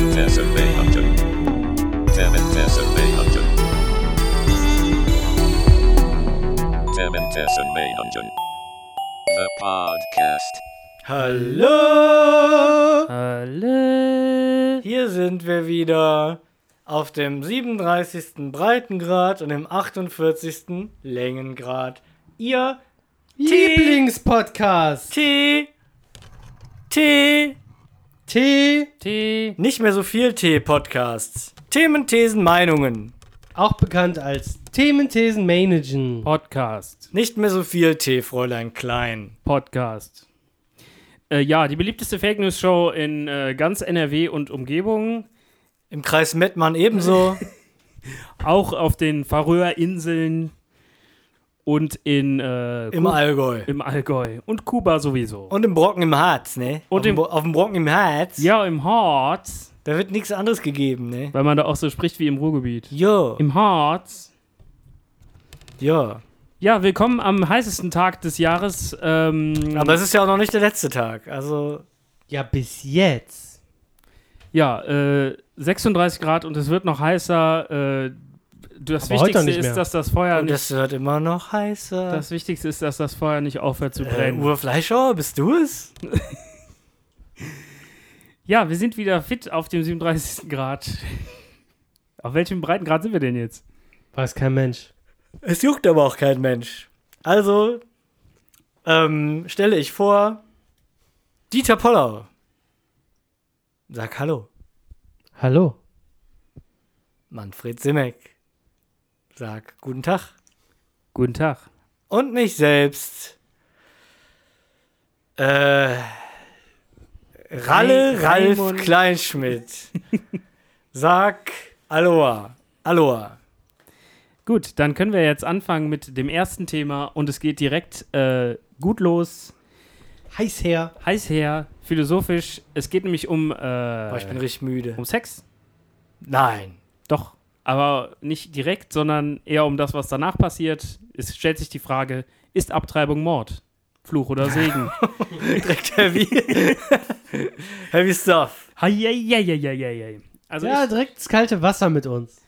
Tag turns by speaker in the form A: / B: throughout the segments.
A: Fernsehunter. Themen Fernsehunter. Themen Fernsehunter. The podcast.
B: Hallo!
C: Hallo.
B: Hier sind wir wieder auf dem 37. Breitengrad und dem 48. Längengrad. Ihr
C: Lieblingspodcast.
B: T. T.
C: T. T.
B: Nicht mehr so viel T-Podcasts. Themen, Thesen, Meinungen.
C: Auch bekannt als Themen, Thesen, Managen.
D: Podcast.
B: Nicht mehr so viel T, Fräulein Klein.
D: Podcast. Äh, ja, die beliebteste Fake News Show in äh, ganz NRW und Umgebung.
B: Im Kreis Mettmann ebenso.
D: Auch auf den Färöerinseln und in, äh,
B: Im
D: Ku-
B: Allgäu.
D: im Allgäu. Und Kuba sowieso.
B: Und im Brocken im Harz, ne?
D: Und
B: auf, dem,
D: im-
B: Bo- auf dem Brocken im Harz.
D: ja, im Harz.
B: Da wird nichts anderes gegeben, ne?
D: Weil man da auch so spricht wie im Ruhrgebiet.
B: Jo.
D: Im Harz.
B: Jo.
D: Ja, willkommen am heißesten Tag des Jahres. Ähm,
B: Aber es ist ja auch noch nicht der letzte Tag. Also,
C: Ja, bis jetzt.
D: Ja, äh, 36 Grad und es wird noch heißer. Äh, das
C: Aber heute
D: Wichtigste
C: nicht mehr.
D: ist, dass das Feuer
B: Und
D: nicht,
B: das wird immer noch heißer.
D: das Wichtigste ist, dass das Feuer nicht aufhört zu
B: äh,
D: brennen.
B: Uwe Fleischauer, bist du es?
D: ja, wir sind wieder fit auf dem 37. Grad. auf welchem Breitengrad sind wir denn jetzt?
C: Weiß kein Mensch.
B: Es juckt aber auch kein Mensch. Also ähm, stelle ich vor, Dieter Pollau. Sag Hallo.
C: Hallo.
B: Manfred Simek. Sag Guten Tag.
D: Guten Tag.
B: Und mich selbst. Äh, Ralle Ralf
D: Raimund.
B: Kleinschmidt. Sag Aloha. Aloha.
D: Gut, dann können wir jetzt anfangen mit dem ersten Thema und es geht direkt äh, gut los,
C: Heiß her.
D: heiß her, philosophisch. Es geht nämlich um,
B: Boah, ich bin
D: äh,
B: richtig müde.
D: um Sex.
B: Nein.
D: Doch, aber nicht direkt, sondern eher um das, was danach passiert. Es stellt sich die Frage, ist Abtreibung Mord? Fluch oder Segen?
B: Direkt heavy. heavy stuff.
D: Heieieiei. also
C: ja,
D: ich,
C: direkt ins kalte Wasser mit uns.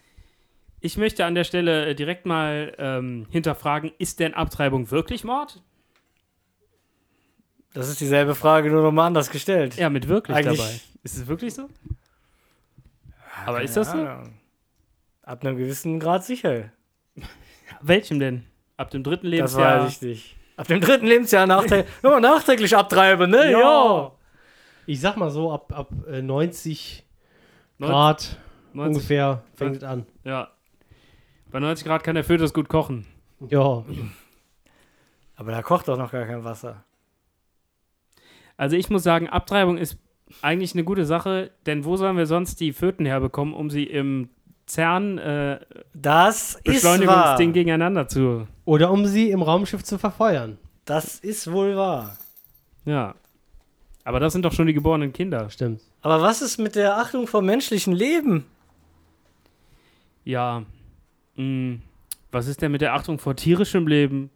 D: ich möchte an der Stelle äh, direkt mal ähm, hinterfragen, ist denn Abtreibung wirklich Mord?
B: Das ist dieselbe Frage, nur nochmal anders gestellt.
D: Ja, mit wirklich
B: Eigentlich-
D: dabei. Ist es wirklich so? Aber ist das so?
B: Ab einem gewissen Grad sicher.
D: Welchem denn? Ab dem dritten
B: Das
D: Lebensjahr?
B: weiß ich nicht. Ab dem dritten Lebensjahr nachträ Wenn man nachträglich abtreiben, ne?
D: Ja.
B: Ja.
C: Ich sag mal so, ab, ab äh, 90
D: Neunz-
C: Grad
D: 90
C: ungefähr fängt es an.
D: Ja. Bei 90 Grad kann der Fötus gut kochen.
C: Ja.
B: Aber da kocht doch noch gar kein Wasser.
D: Also ich muss sagen, Abtreibung ist eigentlich eine gute Sache, denn wo sollen wir sonst die Föten herbekommen, um sie im CERN äh,
B: Das ist wahr.
D: Beschleunigungsding gegeneinander zu.
C: Oder um sie im Raumschiff zu verfeuern.
B: Das ist wohl wahr.
D: Ja. Aber das sind doch schon die geborenen Kinder.
C: Stimmt.
B: Aber was ist mit der Achtung vom menschlichen Leben?
D: Ja. Hm. Was ist denn mit der Achtung vor tierischem Leben?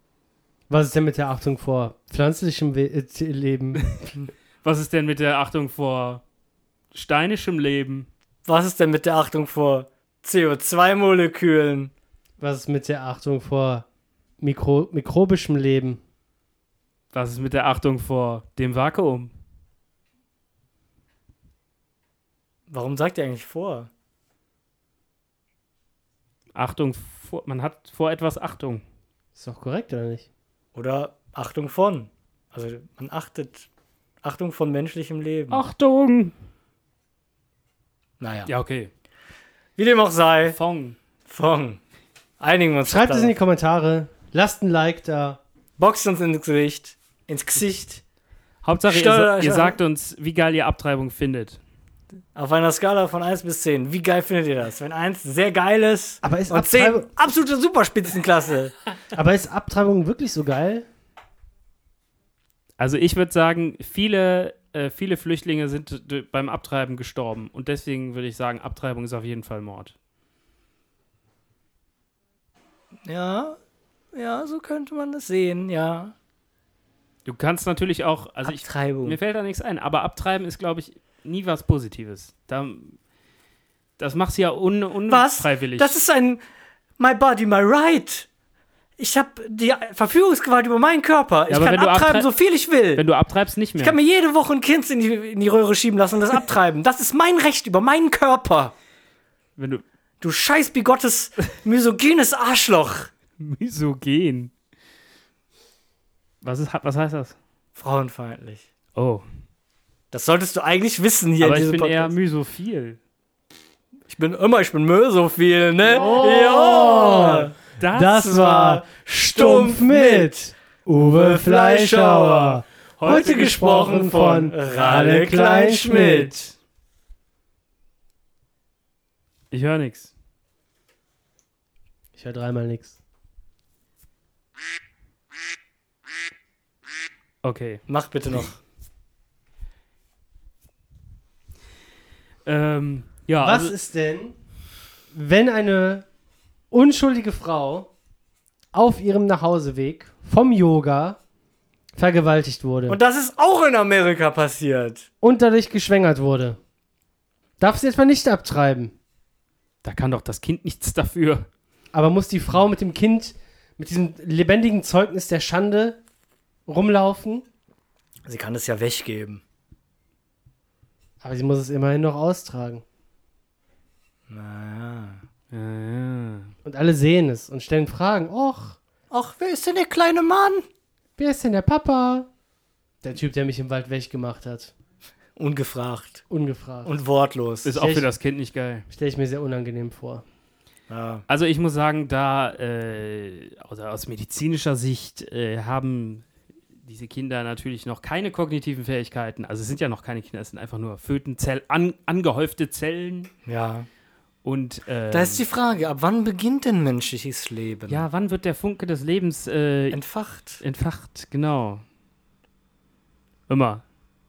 C: Was ist denn mit der Achtung vor pflanzlichem We äh, Leben?
D: Was ist denn mit der Achtung vor steinischem Leben?
B: Was ist denn mit der Achtung vor CO2-Molekülen?
C: Was ist mit der Achtung vor Mikro mikrobischem Leben?
D: Was ist mit der Achtung vor dem Vakuum?
B: Warum sagt ihr eigentlich vor?
D: Achtung vor. Man hat vor etwas Achtung.
C: Ist doch korrekt, oder nicht?
B: Oder Achtung von. Also man achtet. Achtung von menschlichem Leben.
C: Oh.
D: Achtung!
B: Naja.
D: Ja, okay.
B: Wie dem auch sei.
D: Fong.
B: Von. Einigen wir uns.
C: Schreibt es in die
B: darauf.
C: Kommentare. Lasst ein Like da.
B: Boxt uns ins Gesicht. Ins Gesicht.
D: Hauptsache, ihr,
B: Steuer-
D: sa- ihr
B: Steuer-
D: sagt uns, wie geil ihr Abtreibung findet.
B: Auf einer Skala von 1 bis 10. Wie geil findet ihr das? Wenn 1 sehr geil ist.
C: Aber ist,
B: Und 10
C: Abtreibung,
B: absolute Superspitzenklasse.
C: aber ist Abtreibung wirklich so geil?
D: Also ich würde sagen, viele, äh, viele Flüchtlinge sind d- beim Abtreiben gestorben. Und deswegen würde ich sagen, Abtreibung ist auf jeden Fall Mord.
B: ja. Ja, so könnte man das sehen, ja.
D: Du kannst natürlich auch, also ich,
B: Abtreibung.
D: mir fällt da nichts ein, aber Abtreiben ist, glaube ich, nie was Positives. Da, Das machst du ja un
B: Was?
D: unfreiwillig.
B: Das ist ein My Body, My Right. Ich habe die Verfügungsgewalt über meinen Körper. Ich
D: aber
B: kann
D: wenn du
B: abtreiben,
D: abtrei-
B: so viel ich will.
D: Wenn du abtreibst, nicht mehr.
B: ich kann mir jede Woche ein Kind in die, in die Röhre schieben lassen und das abtreiben. Das ist mein Recht über meinen Körper.
D: Wenn du
B: Du scheiß bigottes, misogynes Arschloch.
D: misogen. Was, ist, was heißt das?
B: Frauenfeindlich.
D: Oh.
B: Das solltest du eigentlich wissen hier
D: Aber
B: in
D: ich
B: diesem
D: bin eher
B: Podcast.
D: mysophil.
B: ich bin immer, ich bin Müll so viel, ne?
D: Oh.
C: Oh.
B: Ja.
C: Das war Stumpf mit Uwe Fleischhauer. Heute gesprochen von Rade Kleinschmidt.
D: Ich höre nichts.
C: Ich höre dreimal nichts.
D: Okay.
B: Mach bitte noch.
D: Ähm, ja,
C: Was
D: also,
C: ist denn, wenn eine unschuldige Frau auf ihrem Nachhauseweg vom Yoga vergewaltigt wurde
B: Und
C: und,
B: das ist auch in Amerika passiert.
C: dadurch geschwängert wurde? Darf sie etwa nicht abtreiben,
D: da kann doch das Kind nichts dafür.
C: aber muss die Frau mit dem Kind, mit diesem lebendigen Zeugnis der Schande rumlaufen?
B: Sie kann es ja weggeben.
C: Aber sie muss es immerhin noch austragen.
B: Naja.
C: Und alle sehen es und stellen Fragen. Och,
B: Ach, wer ist denn der kleine Mann?
C: wer ist denn der Papa? Der Typ, der mich im Wald weggemacht hat.
B: Ungefragt
C: Ungefragt.
B: und wortlos.
D: Ist auch
C: echt-
D: für das Kind nicht geil.
C: Stelle ich mir sehr unangenehm vor.
B: ja.
D: Also ich muss sagen, da äh, also aus medizinischer Sicht äh, haben diese Kinder natürlich noch keine kognitiven Fähigkeiten. Also es sind ja noch keine Kinder, es sind einfach nur Fötenzell an, angehäufte Zellen
B: ja.
D: und äh,
B: Da ist die Frage, ab wann beginnt denn menschliches Leben?
D: ja, wann wird der Funke des Lebens äh,
B: Entfacht.
D: entfacht? Genau. Immer.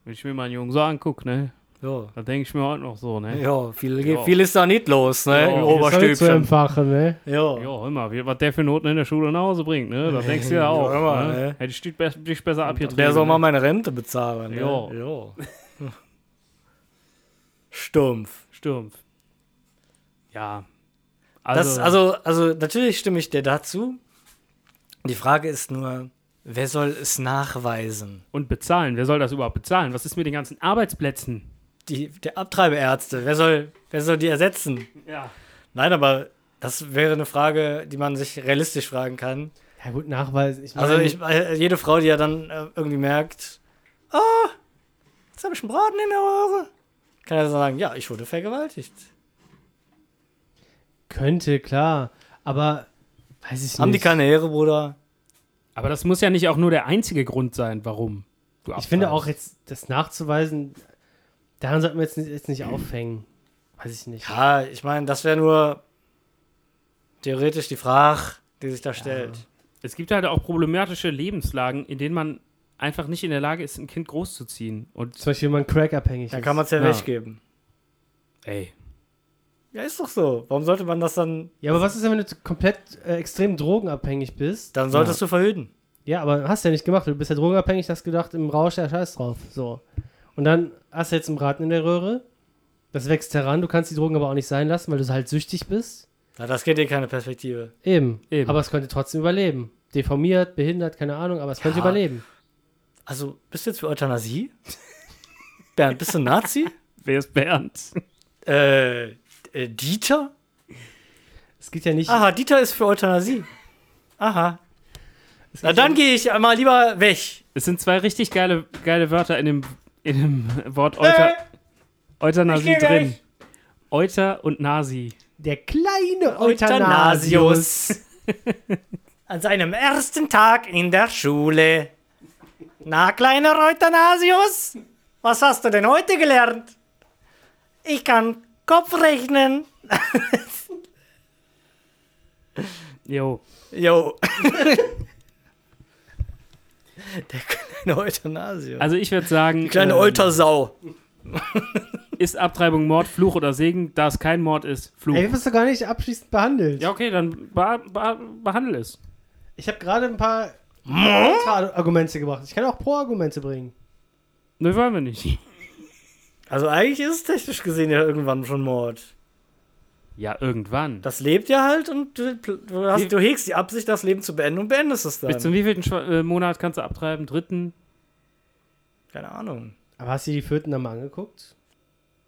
D: Wenn ich mir mal einen Jungen so angucke, ne,
B: Ja.
D: dann denke ich mir auch noch so, ne.
B: Ja, viel,
D: Ja.
B: viel ist da nicht los, ne?
D: Ja.
B: Im
C: Soll
D: Jetzt
C: zu
B: Oberstübchen.
C: empfachen, ne?
B: Ja.
D: Ja, immer, wie- was der für Noten in der Schule nach Hause bringt, ne? Das denkst du ja
B: Ja,
D: auch.
B: hör mal,
D: ne?
B: ne?
D: Hätte ich dich be- dich besser abgetrieben.
B: Der soll
D: ne?
B: mal meine Rente bezahlen. Ne?
D: Ja.
B: ja. Stumpf.
D: Stumpf. Ja.
B: Also, das, also, also, natürlich stimme ich dir dazu. Die Frage ist nur, wer soll es nachweisen?
D: und bezahlen. Wer soll das überhaupt bezahlen? Was ist mit den ganzen Arbeitsplätzen?
B: Die, der Abtreibeärzte, wer soll, wer soll die ersetzen?
D: Ja.
B: Nein, aber das wäre eine Frage, die man sich realistisch fragen kann.
C: Ja gut, nachweisen. Ich
B: Also
C: meine,
B: ich, äh, jede Frau, die ja dann äh, irgendwie merkt, oh, jetzt habe ich einen Braten in der Röhre, kann ja sagen, ja, ich wurde vergewaltigt.
C: könnte, klar. Aber weiß ich
B: Haben die
C: nicht.
B: keine Ehre, Bruder?
D: Aber das muss ja nicht auch nur der einzige Grund sein, warum. Du
C: ich finde auch
D: abtreibst.
C: jetzt, das nachzuweisen, daran sollten wir jetzt nicht, jetzt nicht aufhängen. Weiß ich nicht.
B: Ja, ich meine, das wäre nur theoretisch die Frage, die sich da stellt.
D: Es gibt halt auch problematische Lebenslagen, in denen man einfach nicht in der Lage ist, ein Kind großzuziehen. Und
C: Zum Beispiel, wenn man crackabhängig
B: Dann
C: ist.
B: kann man es ja,
D: Ja.
B: weggeben.
D: ey.
B: Ja, ist doch so. Warum sollte man das dann?
C: ja, aber was ist denn, wenn du zu- komplett äh, extrem drogenabhängig bist?
B: Dann solltest du verhüten.
C: Ja, aber hast du ja nicht gemacht. Du bist ja drogenabhängig, hast gedacht, im Rausch, ja, scheiß drauf. So. Und dann hast du jetzt einen Braten in der Röhre. Das wächst heran. Du kannst die Drogen aber auch nicht sein lassen, weil du halt süchtig bist.
B: Na, das geht dir keine Perspektive.
C: Eben.
D: Eben.
C: Aber es könnte trotzdem überleben. Deformiert, behindert, keine Ahnung, aber es könnte
B: Ja.
C: überleben.
B: Also, bist du jetzt für Euthanasie? Bernd, bist du Nazi?
D: Wer ist Bernd?
B: äh, äh, Dieter?
C: Es geht ja nicht.
D: Ah,
B: Aha, Dieter ist für Euthanasie. Aha.
C: es geht
B: Na dann gehe ich mal lieber weg.
D: Es sind zwei richtig geile, geile Wörter in dem, in dem Wort Euter,
B: Äh.
D: Euthanasie
B: ich geh
D: drin.
B: gleich.
D: Euter und Nasi.
C: der kleine Euthanasius.
B: Euthanasius. An seinem ersten Tag in der Schule. Na, kleiner Euthanasius, was hast du denn heute gelernt? Ich kann Kopf rechnen.
D: Jo.
B: Jo. der kleine Euthanasius.
D: Also ich würde sagen,
B: Die kleine
D: ähm,
B: Eutersau.
D: ist Abtreibung Mord, Fluch oder Segen? Da es kein Mord ist, Fluch.
C: Ey, wir haben es doch gar nicht abschließend behandelt.
D: Ja, okay, dann be be behandle es.
C: Ich habe gerade ein paar
D: Hm?
C: Kontra-Argumente gebracht. Ich kann auch Pro-Argumente bringen.
D: Ne, wollen wir nicht.
B: Also eigentlich ist es technisch gesehen ja irgendwann schon Mord.
D: Ja, irgendwann.
B: Das lebt ja halt und du, du, hast, du hegst die Absicht, das Leben zu beenden und beendest es
D: Bis zum
B: dann.
D: wievielten Schwa- äh, Monat kannst du abtreiben? Dritten?
B: Keine Ahnung.
C: Aber hast du dir die Föten da mal angeguckt?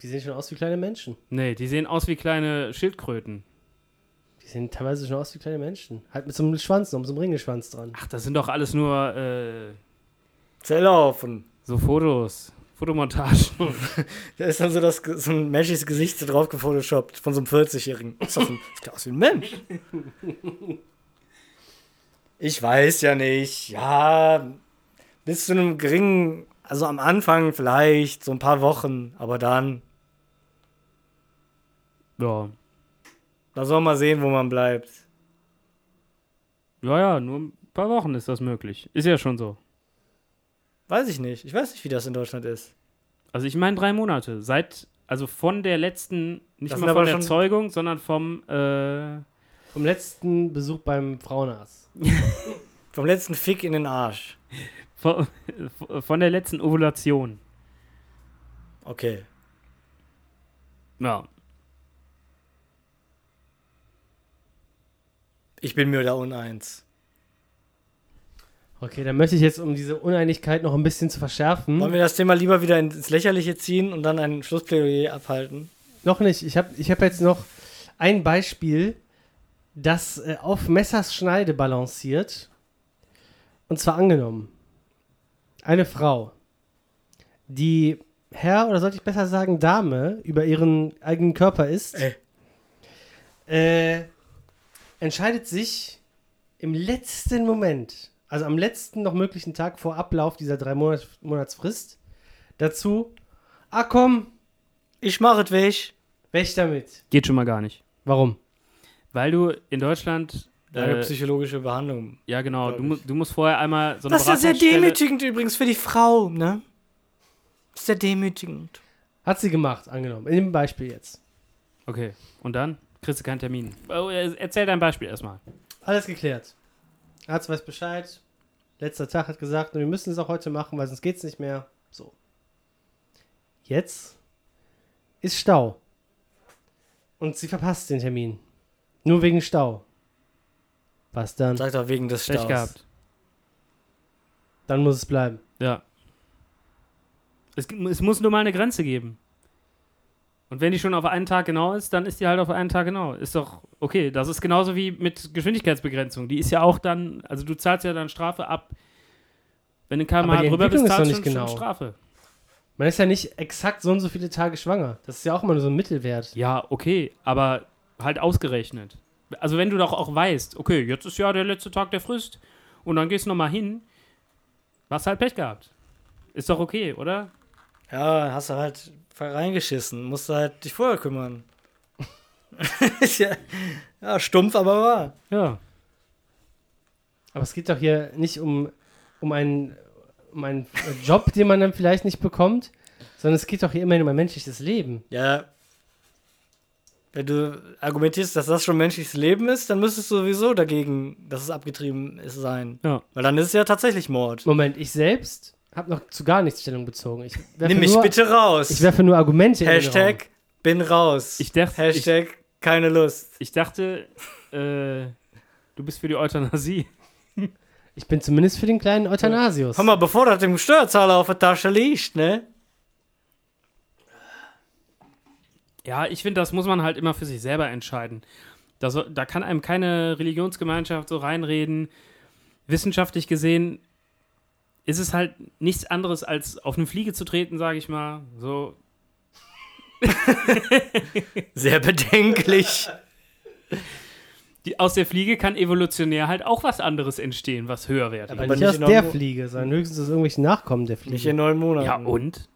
C: Die sehen schon aus wie kleine Menschen.
D: Nee, die sehen aus wie kleine Schildkröten.
C: Die sehen teilweise schon aus wie kleine Menschen. Halt mit so einem Schwanz, noch mit so einem Ringelschwanz dran.
D: Ach, das sind doch alles nur äh,
B: Zelllaufen.
D: so Fotos, Fotomontagen.
B: Da ist dann so, das, so ein menschliches Gesicht so drauf gefotoshoppt von so einem 40-Jährigen. Ist doch ein, sieht aus wie ein Mensch. Ich weiß ja nicht. Ja, bis zu einem geringen, also am Anfang vielleicht, so ein paar Wochen, aber dann,
D: ja.
B: da soll man sehen, wo man bleibt.
D: ja, ja, nur ein paar Wochen ist das möglich. Ist ja schon so.
B: Weiß ich nicht. Ich weiß nicht, wie das in Deutschland ist.
D: Also ich meine drei Monate. Seit, also von der letzten, nicht
B: Das sind
D: mal
B: aber
D: von der
B: schon-
D: Zeugung, sondern vom, äh,
C: Vom letzten Besuch beim Frauenarzt.
B: Vom letzten Fick in den Arsch.
D: von, von der letzten Ovulation.
B: Okay.
D: Ja.
B: Ich bin mir da uneins.
C: Okay, dann möchte ich jetzt, um diese Uneinigkeit noch ein bisschen zu verschärfen.
B: Wollen wir das Thema lieber wieder ins Lächerliche ziehen und dann ein Schlussplädoyer abhalten?
C: Noch nicht. Ich habe ich hab jetzt noch ein Beispiel, das äh, auf Messers Schneide balanciert. Und zwar angenommen, eine Frau, die Herr oder sollte ich besser sagen Dame über ihren eigenen Körper ist,
B: Ey.
C: äh, entscheidet sich im letzten Moment, also am letzten noch möglichen Tag vor Ablauf dieser drei Monat Monatsfrist, dazu, ah komm,
B: Ich mache es weg.
C: weg damit.
D: Geht schon mal gar nicht.
C: Warum?
D: Weil du in Deutschland,
B: Eine
D: äh,
B: psychologische Behandlung.
D: ja genau,
B: glaub
D: du,
B: ich.
D: mu- du musst vorher einmal so eine
B: Das ist ja sehr
D: Beratungsstelle-
B: demütigend übrigens für die Frau, ne? Das ist sehr demütigend.
C: Hat sie gemacht, angenommen. In dem Beispiel jetzt.
D: Okay, und dann kriegst du keinen Termin. Oh, äh, Erzähl dein Beispiel erstmal.
C: Alles geklärt. Arzt weiß Bescheid. Letzter Tag hat gesagt, wir müssen es auch heute machen, weil sonst geht's nicht mehr. So. Jetzt ist Stau. Und sie verpasst den Termin. Nur wegen Stau. Was dann?
B: Sagt er wegen des Staus.
D: Pech gehabt.
C: Dann muss es bleiben.
D: Ja. Es, g- es muss nur mal eine Grenze geben. Und wenn die schon auf einen Tag genau ist, dann ist die halt auf einen Tag genau. Ist doch okay. Das ist genauso wie mit Geschwindigkeitsbegrenzung. Die ist ja auch dann, also du zahlst ja dann Strafe ab. Wenn du keinen
C: Aber
D: Mal
C: die
D: drüber bist,
C: Entwicklung ist
D: zahlst
C: doch
D: du schon,
C: nicht
D: schon
C: genau.
D: Strafe.
C: Man ist ja nicht exakt so und so viele Tage schwanger. Das ist ja auch immer nur so ein Mittelwert.
D: Ja, okay, aber halt ausgerechnet. Also wenn du doch auch weißt, okay, jetzt ist ja der letzte Tag der Frist und dann gehst du nochmal hin, hast halt Pech gehabt. Ist doch okay, oder?
B: Ja, hast du halt reingeschissen. Musst du halt dich vorher kümmern. Ist ja, ja, stumpf, aber wahr.
D: Ja.
C: Aber es geht doch hier nicht um, um einen, um einen äh, Job, den man dann vielleicht nicht bekommt, sondern es geht doch hier immerhin um ein menschliches Leben.
B: Ja. Wenn du argumentierst, dass das schon menschliches Leben ist, dann müsstest du sowieso dagegen, dass es abgetrieben ist, sein.
D: Ja.
B: Weil dann ist es ja tatsächlich Mord.
C: Moment, ich selbst habe noch zu gar nichts Stellung bezogen. Ich werfe
B: Nimm mich
C: nur,
B: bitte
C: Ich
B: raus.
C: werfe nur Argumente in den
B: Hashtag bin raus.
D: Ich dachte-
B: Hashtag keine Lust.
D: Ich dachte, äh, du bist für die Euthanasie.
C: Raum. Ich bin zumindest für den kleinen Euthanasius.
B: Hör mal, bevor das dem Steuerzahler auf der Tasche liegt, ne?
D: Ja, ich finde, das muss man halt immer für sich selber entscheiden. Da, so, da kann einem keine Religionsgemeinschaft so reinreden. Wissenschaftlich gesehen ist es halt nichts anderes, als auf eine Fliege zu treten, sage ich mal. So,
B: Sehr bedenklich.
D: Die, aus der Fliege kann evolutionär halt auch was anderes entstehen, was höher
C: aber,
D: wäre.
B: aber
C: nicht
B: nicht
C: aus
B: in
C: der
B: Ordnung.
C: Fliege, sondern höchstens aus irgendwelchen Nachkommen der
B: Nicht
C: Fliege.
B: in neun Monaten.
D: Ja, und?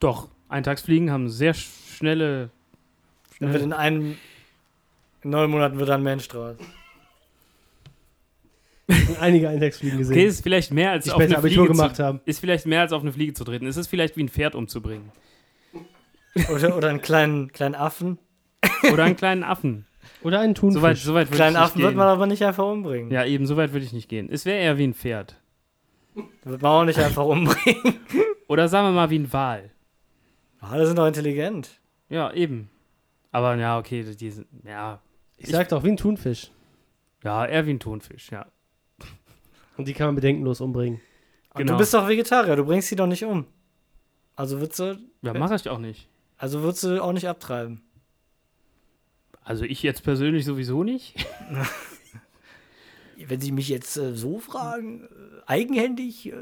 D: Doch, Eintagsfliegen haben sehr sch- schnelle.
B: Dann wird in einem. In neun Monaten wird dann ein Mensch draus.
C: einige Eintagsfliegen gesehen,
D: Okay, ist vielleicht mehr als
C: die
D: auf eine
C: später Abitur
D: Fliege
C: gemacht
D: zu,
C: haben.
D: Ist vielleicht mehr als auf eine Fliege zu treten. Es ist vielleicht wie ein Pferd umzubringen.
B: Oder, oder einen kleinen, kleinen Affen.
D: Oder einen kleinen Affen.
C: Oder einen Thunfisch.
D: Soweit so weit würde ich
B: Kleinen
D: nicht
B: Affen wird
D: gehen.
B: man aber nicht einfach umbringen.
D: ja, eben, soweit würde ich nicht gehen. Es wäre eher wie ein Pferd.
B: Wird man auch nicht einfach umbringen. Ah,
D: Oder sagen wir mal wie ein Wal.
B: Alle sind doch intelligent.
D: Ja, eben. Aber ja, okay, die sind, ja,
C: Ich sag doch, wie ein Thunfisch.
D: ja, eher wie ein Thunfisch, ja.
C: Und die kann man bedenkenlos umbringen.
B: Und
D: Genau.
B: du bist doch Vegetarier, du bringst sie doch nicht um. Also würdest du,
D: Ja, mache ich auch nicht.
B: also würdest du auch nicht abtreiben.
D: Also ich jetzt persönlich sowieso nicht.
B: Wenn Sie mich jetzt äh, so fragen, äh, eigenhändig, äh,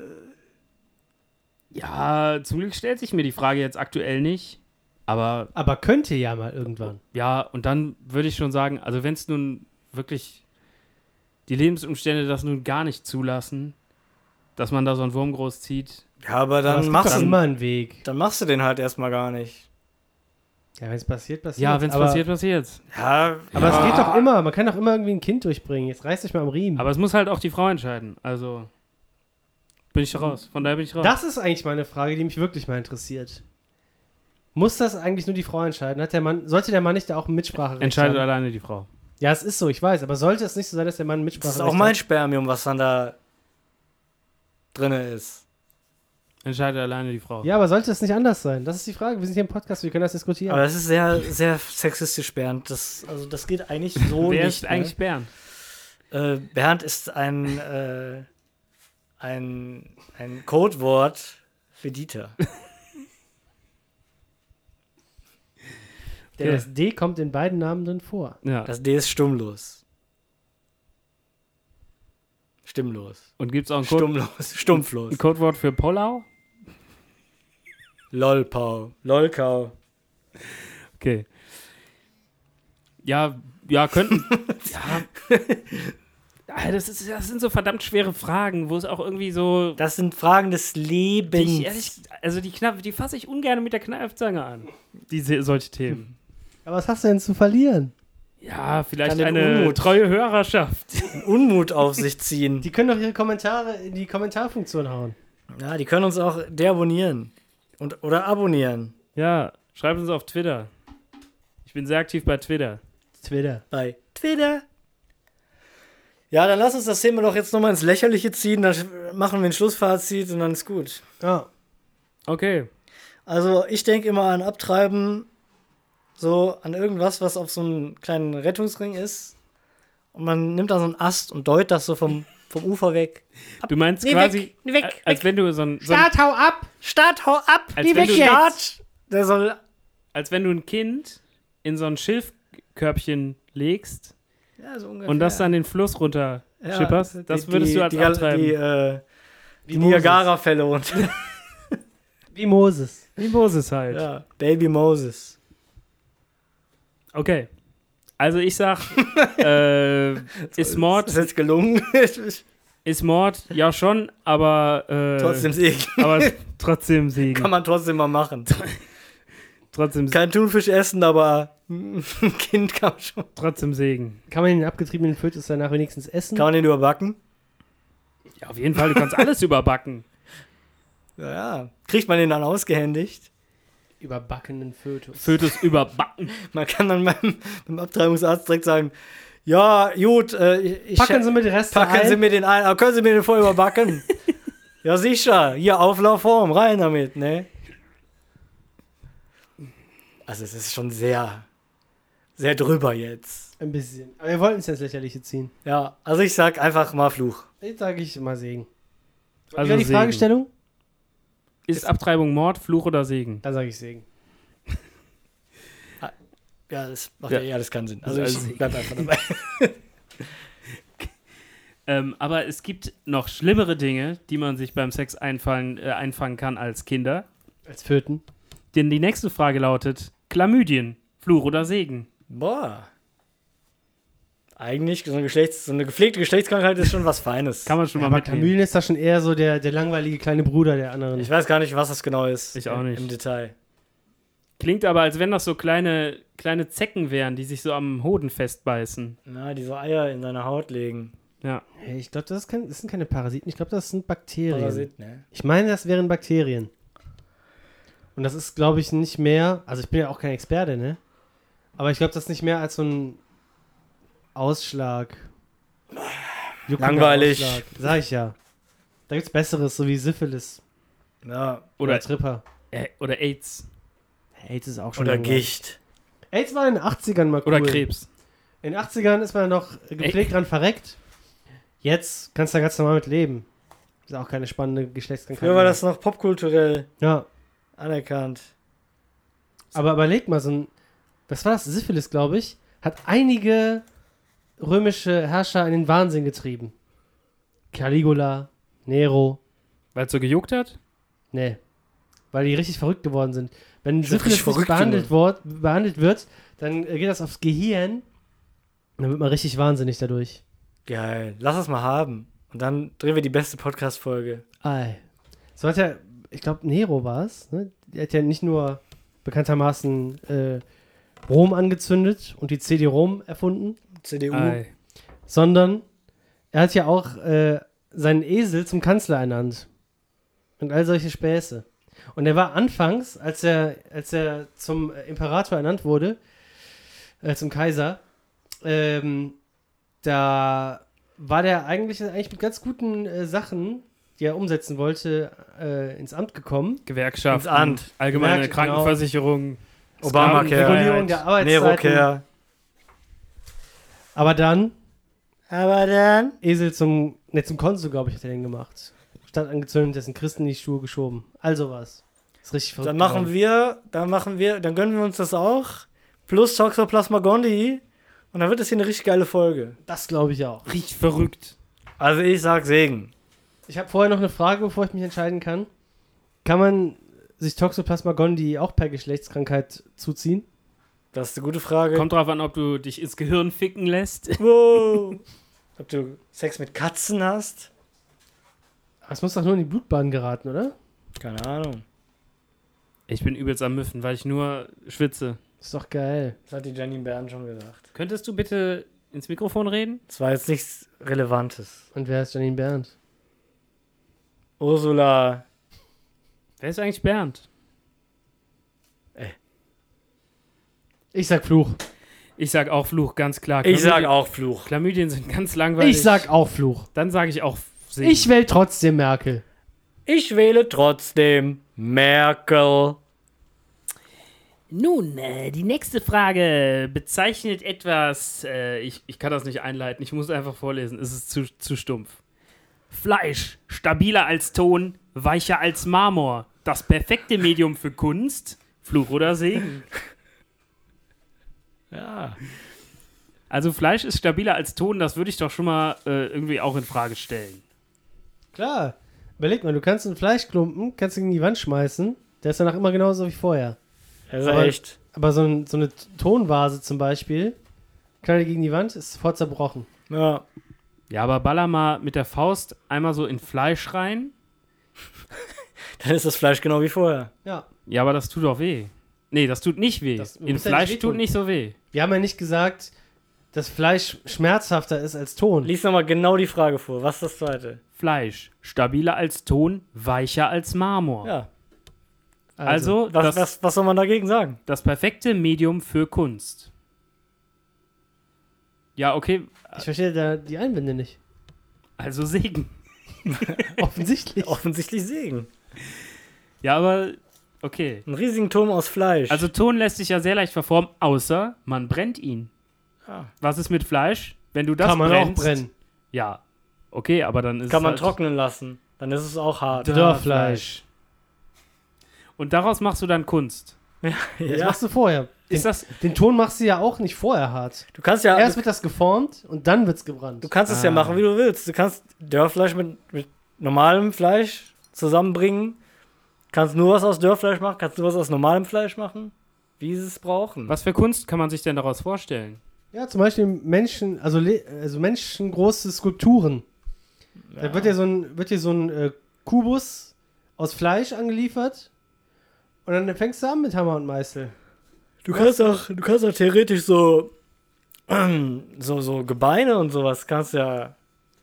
D: Ja, zum Glück stellt sich mir die Frage jetzt aktuell nicht. Aber
C: Aber könnte ja mal irgendwann.
D: ja, und dann würde ich schon sagen, also wenn es nun wirklich die Lebensumstände das nun gar nicht zulassen, dass man da so einen Wurm großzieht,
B: ja, aber
C: Aber es
B: dann
C: gibt
B: machst,
C: doch
B: du,
C: immer einen Weg.
B: dann machst du den halt erstmal gar nicht.
C: Ja, wenn es passiert, passiert.
D: ja, wenn es
C: aber, Hm.
D: passiert, passiert's.
B: Ja,
C: Aber
B: ja.
C: es geht doch immer. Man kann doch immer irgendwie ein Kind durchbringen. Jetzt reiß dich mal am Riemen.
D: Aber es muss halt auch die Frau entscheiden. Also bin ich raus. Von daher bin ich raus.
C: Hm. das ist eigentlich mal eine Frage, die mich wirklich mal interessiert. Muss das eigentlich nur die Frau entscheiden? Hat der Mann, sollte der Mann nicht da auch ein Mitspracherecht
D: Entscheidet
C: haben?
D: alleine die Frau.
C: Ja, es ist so, ich weiß. Aber sollte es nicht so sein, dass der Mann ein
B: Das
C: Mitspracherecht
B: ist auch mein Spermium, was dann da drinne ist.
D: Entscheidet alleine die Frau.
C: hat? Ja, aber sollte es nicht anders sein? Das ist die Frage. Wir sind hier im Podcast, wir können das diskutieren.
B: Aber das ist sehr, sehr sexistisch, Bernd. Das, also das geht eigentlich so
D: Wer
B: nicht.
D: ist eigentlich Bern?
B: ne? äh, Bernd ist ein, äh, ein, ein Codewort für Dieter.
C: Denn das D kommt in beiden Namen drin vor.
D: Ja.
B: Das D ist stummlos. Stimmlos.
D: Und gibt es auch ein, Code,
B: Stummlos. Stumpflos.
D: ein Codewort für Pollau?
B: Lolpau. Lolkau.
D: Okay. Ja, ja, könnten. ja. Ah, Das, ist, das sind so verdammt schwere Fragen, wo es auch irgendwie so.
B: Das sind Fragen des
D: Die
B: Lebens.
D: ich ehrlich, also die Knapp, die fasse ich ungern mit der Kneifzange an. Diese solche Themen.
C: Aber was hast du denn zu verlieren?
D: Ja, vielleicht
B: Kann den
D: eine
B: Unmut.
D: treue Hörerschaft.
B: Unmut auf sich ziehen.
C: Die können doch ihre Kommentare in die Kommentarfunktion hauen.
B: ja, die können uns auch deabonnieren. Und, oder abonnieren.
D: Ja, schreibt uns auf Twitter. Ich bin sehr aktiv bei Twitter.
C: Twitter.
B: Bei Twitter. Ja, dann lass uns das Thema doch jetzt nochmal ins Lächerliche ziehen. Dann sch- machen wir ein Schlussfazit und dann ist gut.
C: Ja.
D: Okay.
B: Also ich denke immer an Abtreiben, so an irgendwas, was auf so einem kleinen Rettungsring ist. Und man nimmt da so einen Ast und deut das so vom, vom Ufer weg.
D: Du meinst
B: Nee,
D: quasi,
B: weg, nee, weg,
D: a- als wenn du so ein, so ein
C: Start, hau ab!
B: Start, hau ab!
D: Als wenn du-
B: Start! Der soll.
D: als wenn du ein Kind in so ein Schilfkörbchen legst
B: Ja, so ungefähr.
D: und das dann den Fluss runter
B: Ja,
D: schipperst,
B: die-
D: das würdest
B: die,
D: du als
B: die,
D: abtreiben.
B: Die, äh, die
C: Moses.
B: Niagara-Fälle und.
C: Wie Moses.
D: Wie Moses halt.
B: ja, Baby Moses.
D: Okay. Also ich sag, äh, ist
B: Ist
D: Mord,
B: jetzt gelungen.
D: ist Mord, ja schon, aber äh,
B: trotzdem Segen.
D: aber trotzdem Siegen.
B: Kann man trotzdem mal machen.
D: trotzdem,
B: Kein Thunfisch essen, aber ein Kind kann man schon.
D: trotzdem Segen.
C: Kann man den abgetriebenen Fötus danach wenigstens essen?
B: Kann man den überbacken?
D: Ja, auf jeden Fall, du kannst alles überbacken.
B: Ja, kriegt man den dann ausgehändigt.
C: Überbackenen Fötus.
D: Fötus überbacken.
B: Man kann dann beim, beim Abtreibungsarzt direkt sagen, ja, gut, äh, ich, ich-
C: Packen Sie mir die Reste
B: packen
C: ein.
B: Sie mir den ein, aber können Sie mir den voll überbacken? ja, sicher, hier, Auflaufform, rein damit, ne? Also es ist schon sehr, sehr drüber jetzt.
C: ein bisschen. Aber wir wollten es jetzt lächerliche ziehen.
B: Ja, also ich sag einfach mal Fluch.
C: Jetzt sage ich mal Segen.
D: Also
C: Also die
D: Segen.
C: Fragestellung?
D: Ist Abtreibung Mord, Fluch oder Segen?
C: Dann sage ich Segen.
B: Ja, das macht
D: Ja.
B: ja, ja alles keinen Sinn. Also
D: Also
B: ich bleib einfach dabei.
D: Ähm, aber es gibt noch schlimmere Dinge, die man sich beim Sex einfallen, äh, einfangen kann als Kinder.
C: Als Föten.
D: Denn die nächste Frage lautet: Chlamydien, Fluch oder Segen?
B: Boah. Eigentlich, so eine, Geschlechts-, so eine gepflegte Geschlechtskrankheit ist schon was Feines.
D: Kann man schon
C: Ja,
D: mal
C: aber
D: mitnehmen.
C: Kamülen ist da schon eher so der, der langweilige kleine Bruder der anderen.
B: Ich weiß gar nicht, was das genau ist.
D: Ich auch nicht.
B: Im Detail.
D: Klingt aber, als wenn das so kleine, kleine Zecken wären, die sich so am Hoden festbeißen.
B: Na, die so Eier in seine Haut legen.
D: Ja.
C: Hey, ich glaube, das, ist kein- das sind keine Parasiten. Ich glaube, das sind Bakterien.
B: Parasit, ne?
C: Ich meine, das wären Bakterien. Und das ist, glaube ich, nicht mehr. Also, ich bin ja auch kein Experte, ne? Aber ich glaube, das ist nicht mehr als so ein Ausschlag. Juckender
B: Langweilig.
C: Ausschlag. Sag ich ja. Da gibt's Besseres, so wie Syphilis
B: Ja.
D: Oder,
C: Tripper.
D: äh, oder AIDS.
C: AIDS ist auch schon.
B: Oder
C: langweilig.
B: Gicht.
C: AIDS war in den 80ern mal cool.
D: Oder Krebs.
C: In den 80ern ist man noch gepflegt dran verreckt. Jetzt kannst du da ganz normal mit leben. Ist auch keine spannende Geschlechtskrankheit.
B: Früher war
C: mehr.
B: das noch popkulturell
C: Ja.
B: anerkannt.
C: Aber überleg mal, so ein. Was war das? Syphilis, glaube ich. Hat einige römische Herrscher in den Wahnsinn getrieben. Caligula, Nero.
D: Weil es so gejuckt hat?
C: Nee. Weil die richtig verrückt geworden sind. Wenn
B: Schon richtig
C: Syphilis nicht
B: verrückt
C: behandelt, wor- behandelt wird, dann äh, geht das aufs Gehirn. Und Dann wird man richtig wahnsinnig dadurch.
B: Geil. Lass es mal haben. Und dann drehen wir die beste Podcast-Folge.
C: Ei. So hat ja, ich glaube, Nero war es. Ne? Der hat ja nicht nur bekanntermaßen äh, Rom angezündet und die CD-ROM erfunden,
B: CDU.
D: Ei.
C: sondern er hat ja auch äh, seinen Esel zum Kanzler ernannt. Und all solche Späße. Und er war anfangs, als er, als er zum äh, Imperator ernannt wurde, äh, zum Kaiser, ähm, da war der eigentlich, eigentlich mit ganz guten äh, Sachen, die er umsetzen wollte, äh, ins Amt gekommen.
D: Gewerkschaft.
B: Ins Amt.
D: Allgemeine
C: Gemerkt, genau.
D: Krankenversicherung.
B: Obamacare.
C: Regulierung der Arbeitszeiten.
B: Nerocare.
C: Aber dann
B: Aber dann.
C: Esel zum, ne, zum Konsul, glaube ich, hat er den gemacht. Stadt angezündet, dessen Christen in die Schuhe geschoben. Also was. Ist richtig verrückt.
B: Dann machen wir, dann machen wir, dann gönnen wir uns das auch. Plus Toxoplasma Gondii. Und dann wird es hier eine richtig geile Folge.
C: Das glaube ich auch.
D: Riecht verrückt.
B: Also ich sag Segen.
C: Ich habe vorher noch eine Frage, bevor ich mich entscheiden kann. Kann man sich Toxoplasma gondii auch per Geschlechtskrankheit zuziehen?
B: Das ist eine gute Frage.
D: Kommt drauf an, ob du dich ins Gehirn ficken lässt.
B: Wow. Ob du Sex mit Katzen hast?
C: Aber Es muss doch nur in die Blutbahn geraten, oder?
B: Keine Ahnung.
D: Ich bin übelst am Müffen, weil ich nur schwitze.
C: Ist doch geil.
B: Das hat die Janine Bern schon gesagt.
D: Könntest du bitte ins Mikrofon reden?
B: Das war jetzt nichts Relevantes.
C: Und wer ist Janine Bernd?
B: Ursula.
D: Wer ist eigentlich Bernd?
C: Ich sag Fluch.
D: Ich sag auch Fluch, ganz klar.
B: Ich sag
D: Chlamydien-
B: auch Fluch.
D: Chlamydien sind ganz langweilig.
C: Ich sag auch Fluch.
D: Dann sage ich auch Segen.
C: Ich wähl trotzdem Merkel.
B: Ich wähle trotzdem Merkel.
D: Nun, äh, die nächste Frage bezeichnet etwas. Äh, ich, ich kann das nicht einleiten, ich muss einfach vorlesen. Es ist zu, zu stumpf. Fleisch, stabiler als Ton, weicher als Marmor. Das perfekte Medium für Kunst, Fluch oder Segen.
B: Ja.
D: Also, Fleisch ist stabiler als Ton, das würde ich doch schon mal äh, irgendwie auch in Frage stellen.
C: Klar. Überleg mal, du kannst einen Fleischklumpen, kannst ihn gegen die Wand schmeißen. Der ist danach immer genauso wie vorher.
B: Das ist
C: Aber-
B: echt.
C: Aber so, ein, so eine Tonvase zum Beispiel, knallt gegen die Wand, ist sofort zerbrochen.
B: Ja.
D: Ja, aber baller mal mit der Faust einmal so in Fleisch rein.
B: Dann ist das Fleisch genau wie vorher.
C: Ja.
D: Ja, aber das tut doch weh. Nee, das tut nicht weh.
C: Das
D: in
C: muss ja
D: Fleisch
C: nicht
D: tut
C: wehtun.
D: nicht so weh.
C: Wir haben ja nicht gesagt, dass Fleisch schmerzhafter ist als Ton.
B: Lies nochmal genau die Frage vor. Was ist das zweite?
D: Fleisch. Stabiler als Ton, weicher als Marmor.
B: Ja.
D: also
B: Was,
D: das,
B: was, was soll man dagegen sagen?
D: das perfekte Medium für Kunst. Ja, okay,
C: Ich verstehe da die Einwände nicht.
D: also Segen.
C: Offensichtlich.
B: Offensichtlich Segen.
D: Ja, aber okay.
B: Einen riesigen Turm aus Fleisch.
D: Also Ton lässt sich ja sehr leicht verformen, außer man brennt ihn.
B: Ja.
D: Was ist mit Fleisch? Wenn du das
C: Ah. Kann man
D: brennst,
C: auch brennen.
D: Ja, okay, aber dann ist
B: kann
D: es
B: man
D: halt
B: trocknen lassen. Dann ist es auch hart.
C: Dörrfleisch.
D: Und daraus machst du dann Kunst.
C: Das
B: Ja.
C: machst du vorher. Den,
D: Ist das
C: den Ton machst du ja auch nicht vorher hart.
B: Du kannst ja
C: Erst
B: du,
C: wird das geformt und dann wird's gebrannt.
B: du kannst es ja
D: Ah.
B: machen, wie du willst. Du kannst Dörrfleisch mit, mit normalem Fleisch zusammenbringen. Kannst nur was aus Dörrfleisch machen, kannst nur was aus normalem Fleisch machen, wie sie es brauchen.
D: was für Kunst kann man sich denn daraus vorstellen?
C: Ja, zum Beispiel Menschen, also, le- also menschengroße Skulpturen. Da wird dir so ein, wird dir so ein äh, Kubus aus Fleisch angeliefert und dann fängst du an mit Hammer und Meißel.
B: Du kannst auch, du kannst auch theoretisch so, ähm, so, so Gebeine und sowas kannst ja,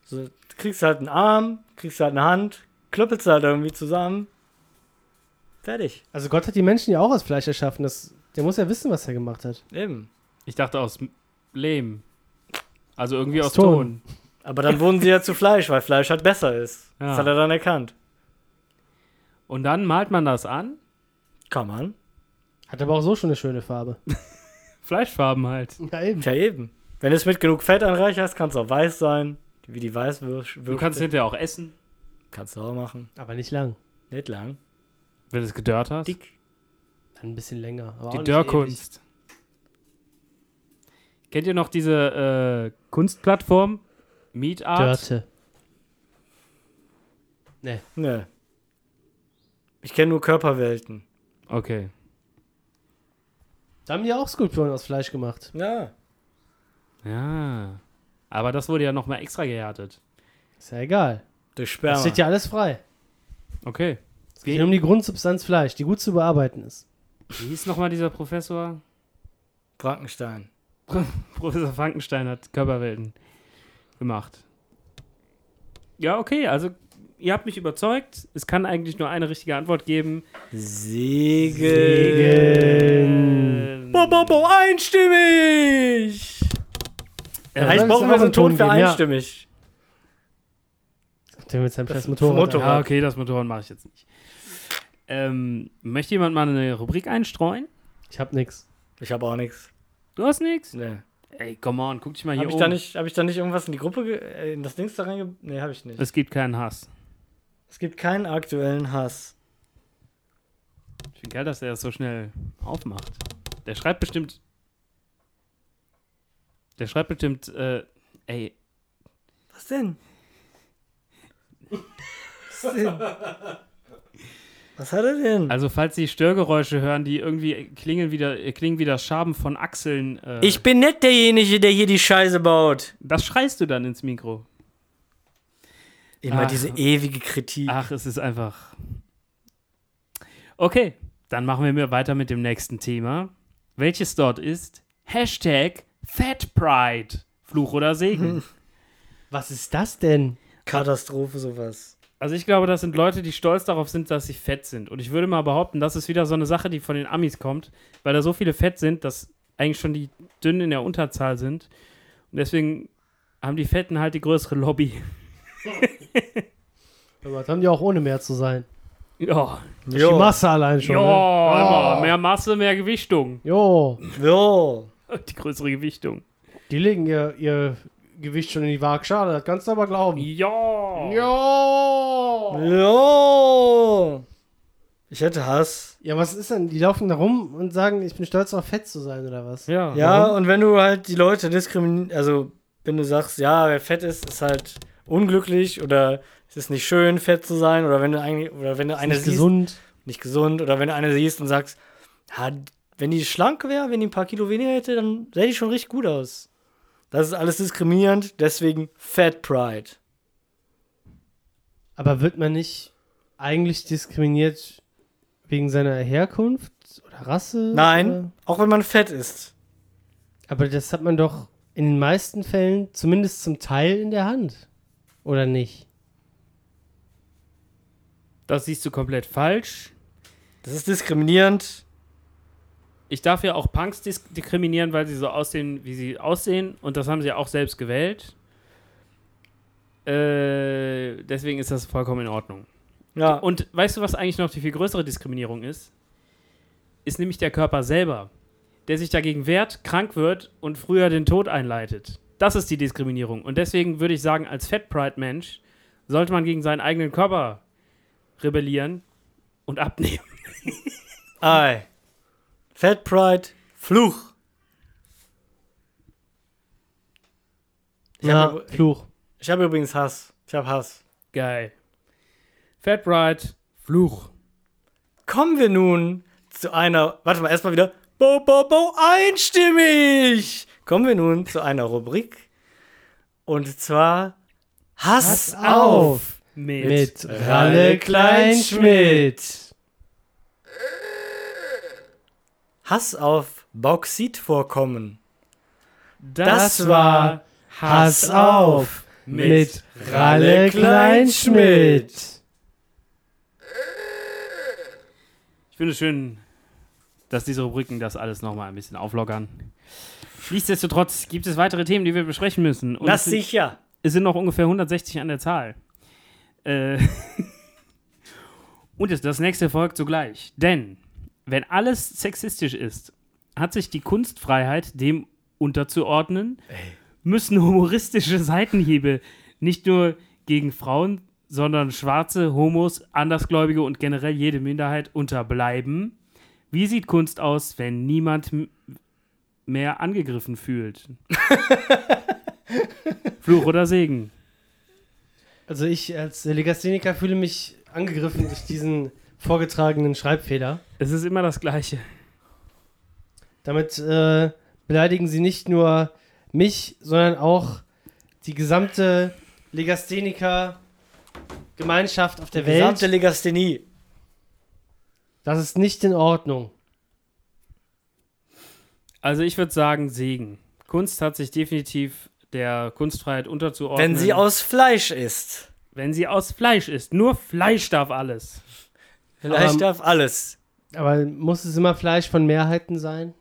B: so, du kriegst halt einen Arm, kriegst halt eine Hand, klöppelst halt irgendwie zusammen. Fertig.
C: Also Gott hat die Menschen ja auch aus Fleisch erschaffen. Das, der muss ja wissen, was er gemacht hat.
B: Eben.
D: Ich dachte aus M- Lehm. Also irgendwie
C: Aus
D: aus,
C: Ton.
D: Ton.
B: Aber dann wurden sie ja zu Fleisch, weil Fleisch halt besser ist.
D: Ja.
B: Das hat er dann erkannt.
D: Und dann malt man das an.
B: Kann man.
C: Hat aber auch so schon eine schöne Farbe.
D: Fleischfarben halt.
C: Ja, eben.
B: Tja, eben. Wenn du es mit genug Fett anreicherst, kann es auch weiß sein. Wie die Weißwürste.
D: Du kannst hinterher auch essen,
B: kannst du auch machen.
C: Aber nicht lang.
B: Nicht lang.
D: wenn du es gedörrt hast. Die,
B: Dick.
C: Dann ein bisschen länger. Aber auch
D: die
C: nicht ewig.
D: Dörrkunst. Kennt ihr noch diese äh, Kunstplattform? MeetArt?
C: Dörte.
B: Ne. Ich kenne nur Körperwelten.
D: Okay.
C: Da haben die auch Skulpturen aus Fleisch gemacht.
B: Ja.
D: Ja. Aber das wurde ja nochmal extra gehärtet.
C: Ist ja egal.
B: Der
C: Da
B: Sperma.
C: steht ja alles frei.
D: Okay.
C: Es geht nur um die Grundsubstanz Fleisch, die gut zu bearbeiten ist.
D: Wie hieß nochmal dieser Professor?
B: Frankenstein.
D: Professor Frankenstein hat Körperwelten gemacht. Ja, okay, also ihr habt mich überzeugt. Es kann eigentlich nur eine richtige Antwort geben.
B: Segen. Bo, bo, bo, einstimmig!
D: Ja,
B: Eigentlich
C: dann
B: brauchen wir
C: ist auch
B: so einen Ton für
C: geben, ja.
B: einstimmig.
C: Der mit seinem scheiß
B: Motorrad.
C: Motorrad.
D: Ja, okay, das Motorrad mache ich jetzt nicht. Ähm, möchte jemand mal eine Rubrik einstreuen?
C: Ich hab nix.
B: Ich habe auch nichts.
D: Du hast nichts?
B: Nee.
D: Ey, come on, guck dich mal hier
B: Habe ich,
D: um.
B: da nicht- hab ich da nicht irgendwas in die Gruppe, ge äh, in das Dings da reinge... Nee, habe ich nicht.
D: Es gibt keinen Hass.
B: Es gibt keinen aktuellen Hass.
D: Ich finde geil, dass er das so schnell aufmacht. Der schreibt bestimmt. Der schreibt bestimmt, äh, ey,
B: Was denn? Was denn? Was hat er denn?
D: Also falls Sie Störgeräusche hören, die irgendwie klingen wieder, äh, klingen wie das Schaben von Achseln, äh,
B: Ich bin nicht derjenige, der hier die Scheiße baut.
D: das schreist du dann ins Mikro.
B: Immer
D: Ach.
B: diese ewige Kritik.
D: Ach, es ist einfach. Okay, dann machen wir mir weiter mit dem nächsten Thema, welches dort ist Hashtag Fat Pride. Fluch oder Segen.
C: Was ist das denn?
B: Katastrophe, sowas.
D: Also ich glaube, das sind Leute, die stolz darauf sind, dass sie fett sind. Und ich würde mal behaupten, das ist wieder so eine Sache, die von den Amis kommt, weil da so viele fett sind, dass eigentlich schon die Dünnen in der Unterzahl sind. Und deswegen haben die Fetten halt die größere Lobby.
C: Aber das Oh haben die auch ohne mehr zu sein.
D: Ja.
C: Durch Die Masse allein schon.
D: Ja,
C: Ne?
D: immer. mehr Masse, mehr Gewichtung.
C: Jo.
B: Jo.
D: Die größere Gewichtung.
C: Die legen ihr, ihr Gewicht schon in die Waagschale. Das kannst du aber glauben.
D: Ja.
C: Jo.
B: Jo. Ich hätte Hass.
C: Ja, was ist denn? Die laufen da rum und sagen, ich bin stolz darauf, fett zu sein oder was?
D: Ja.
B: Ja, und wenn du halt die Leute diskriminierst, also wenn du sagst, ja, wer fett ist, ist halt unglücklich oder es ist nicht schön, fett zu sein, oder wenn du eigentlich, oder wenn du eine
C: Nicht
B: siehst,
C: gesund.
B: nicht gesund, oder wenn du eine siehst und sagst, ja, wenn die schlank wäre, wenn die ein paar Kilo weniger hätte, dann sähe die schon richtig gut aus. Das ist alles diskriminierend, deswegen Fat Pride.
C: Aber wird man nicht eigentlich diskriminiert wegen seiner Herkunft oder Rasse?
B: Nein,
C: Oder?
B: auch wenn man fett ist.
C: Aber das hat man doch in den meisten Fällen zumindest zum Teil in der Hand. Oder nicht?
D: Das siehst du komplett falsch.
B: Das ist diskriminierend.
D: Ich darf ja auch Punks dis- diskriminieren, weil sie so aussehen, wie sie aussehen. Und das haben sie ja auch selbst gewählt. Äh, deswegen ist das vollkommen in Ordnung.
B: Ja, und
D: Und weißt du, was eigentlich noch die viel größere Diskriminierung ist? Ist nämlich der Körper selber, der sich dagegen wehrt, krank wird und früher den Tod einleitet. Das ist die Diskriminierung. Und deswegen würde ich sagen, als Fat Pride-Mensch sollte man gegen seinen eigenen Körper rebellieren und abnehmen.
B: ei. Fat Pride, Fluch.
C: Ja,
B: hab-
C: Fluch.
B: Ich habe übrigens Hass. Ich habe Hass.
D: Geil. Fat Pride, Fluch.
B: Kommen wir nun zu einer. Warte mal, erstmal wieder. Bo, bo, bo, einstimmig! Kommen wir nun zu einer Rubrik. Und zwar Hass, auf.
D: Mit.
C: Mit
B: Ralle
C: Ralle Kleinschmidt.
B: Hass auf Bauxitvorkommen.
D: Das,
B: Das
D: war
B: war
C: Hass auf.
D: mit,
C: Mit Ralle Kleinschmidt.
D: Ich finde es schön, dass diese Rubriken das alles nochmal ein bisschen auflockern. Nichtsdestotrotz gibt es weitere Themen, die wir besprechen müssen. Und
B: Das
D: es, sind-
B: sicher.
D: es sind noch ungefähr 160 an der Zahl. Äh Und es- das nächste folgt sogleich. Denn wenn alles sexistisch ist hat sich die Kunstfreiheit dem unterzuordnen, müssen humoristische Seitenhiebe nicht nur gegen Frauen, sondern schwarze, Homos, Andersgläubige und generell jede Minderheit unterbleiben. Wie sieht Kunst aus, wenn niemand m- mehr angegriffen fühlt? Fluch oder Segen?
C: Also ich als Legastheniker fühle mich angegriffen durch diesen vorgetragenen Schreibfehler.
D: Es ist immer das Gleiche.
C: Damit äh, beleidigen sie nicht nur mich, sondern auch die gesamte Legastheniker-Gemeinschaft auf der Welt.
B: Gesamte Legasthenie.
C: Das ist nicht in Ordnung.
D: Also ich würde sagen Segen. Kunst hat sich definitiv der Kunstfreiheit unterzuordnen.
B: Wenn sie aus Fleisch ist.
D: wenn sie aus Fleisch ist. Nur Fleisch darf alles.
B: Fleisch
C: Ähm,
B: darf alles.
C: Aber muss es immer Fleisch von Mehrheiten sein?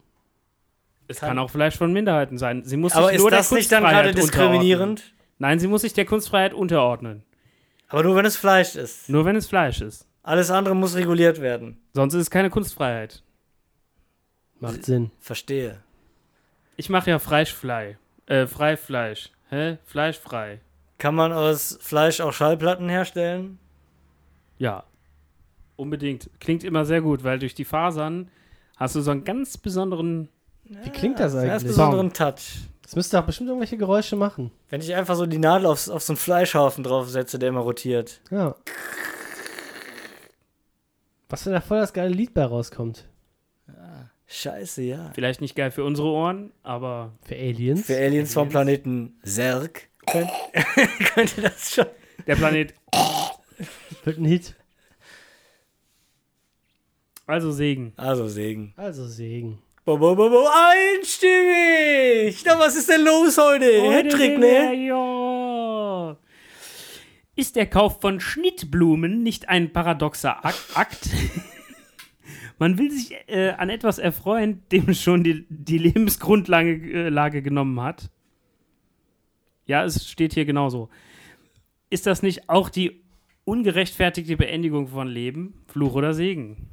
D: Es kann, auch Fleisch von Minderheiten sein. Sie muss
B: Aber
D: sich
B: ist
D: nur
B: das
D: der
B: nicht dann
D: Kunstfreiheit
B: gerade diskriminierend?
D: Unterordnen. Nein, sie muss sich der Kunstfreiheit unterordnen.
B: Aber nur wenn es Fleisch ist.
D: Nur wenn es Fleisch ist.
B: Alles andere muss reguliert werden.
D: Sonst ist es keine Kunstfreiheit.
C: Macht Sinn.
B: Verstehe.
D: Ich mache ja Freischflei. Äh, Freifleisch. Hä? Fleischfrei.
B: Kann man aus Fleisch auch Schallplatten herstellen?
D: Ja. Unbedingt. Klingt immer sehr gut, weil durch die Fasern hast du so einen ganz besonderen.
C: Wie klingt das
B: Ganz
C: eigentlich?
B: besonderen Touch.
C: Es müsste doch bestimmt irgendwelche Geräusche machen.
B: Wenn ich einfach so die Nadel auf, auf so einen Fleischhaufen draufsetze, der immer rotiert.
C: Ja. Was, wenn da voll das geile Lied bei rauskommt?
B: Scheiße, ja.
D: Vielleicht nicht geil für unsere Ohren, aber
C: Für Aliens?
B: Für Aliens vom Planeten Zerg könnt, könnte das schon.
D: der Planet.
C: Wird ein Hit.
D: Also Segen.
B: Also Segen.
C: Also Segen.
B: Bo, bo, bo, bo, einstimmig! Na, was ist denn los heute? Hattrick, ne?
D: Ja. Ist der Kauf von Schnittblumen nicht ein paradoxer Ak Akt? Man will sich äh, an etwas erfreuen, dem schon die, die Lebensgrundlage äh, Lage genommen hat. Ja, es steht hier genauso. Ist das nicht auch die ungerechtfertigte Beendigung von Leben, Fluch oder Segen?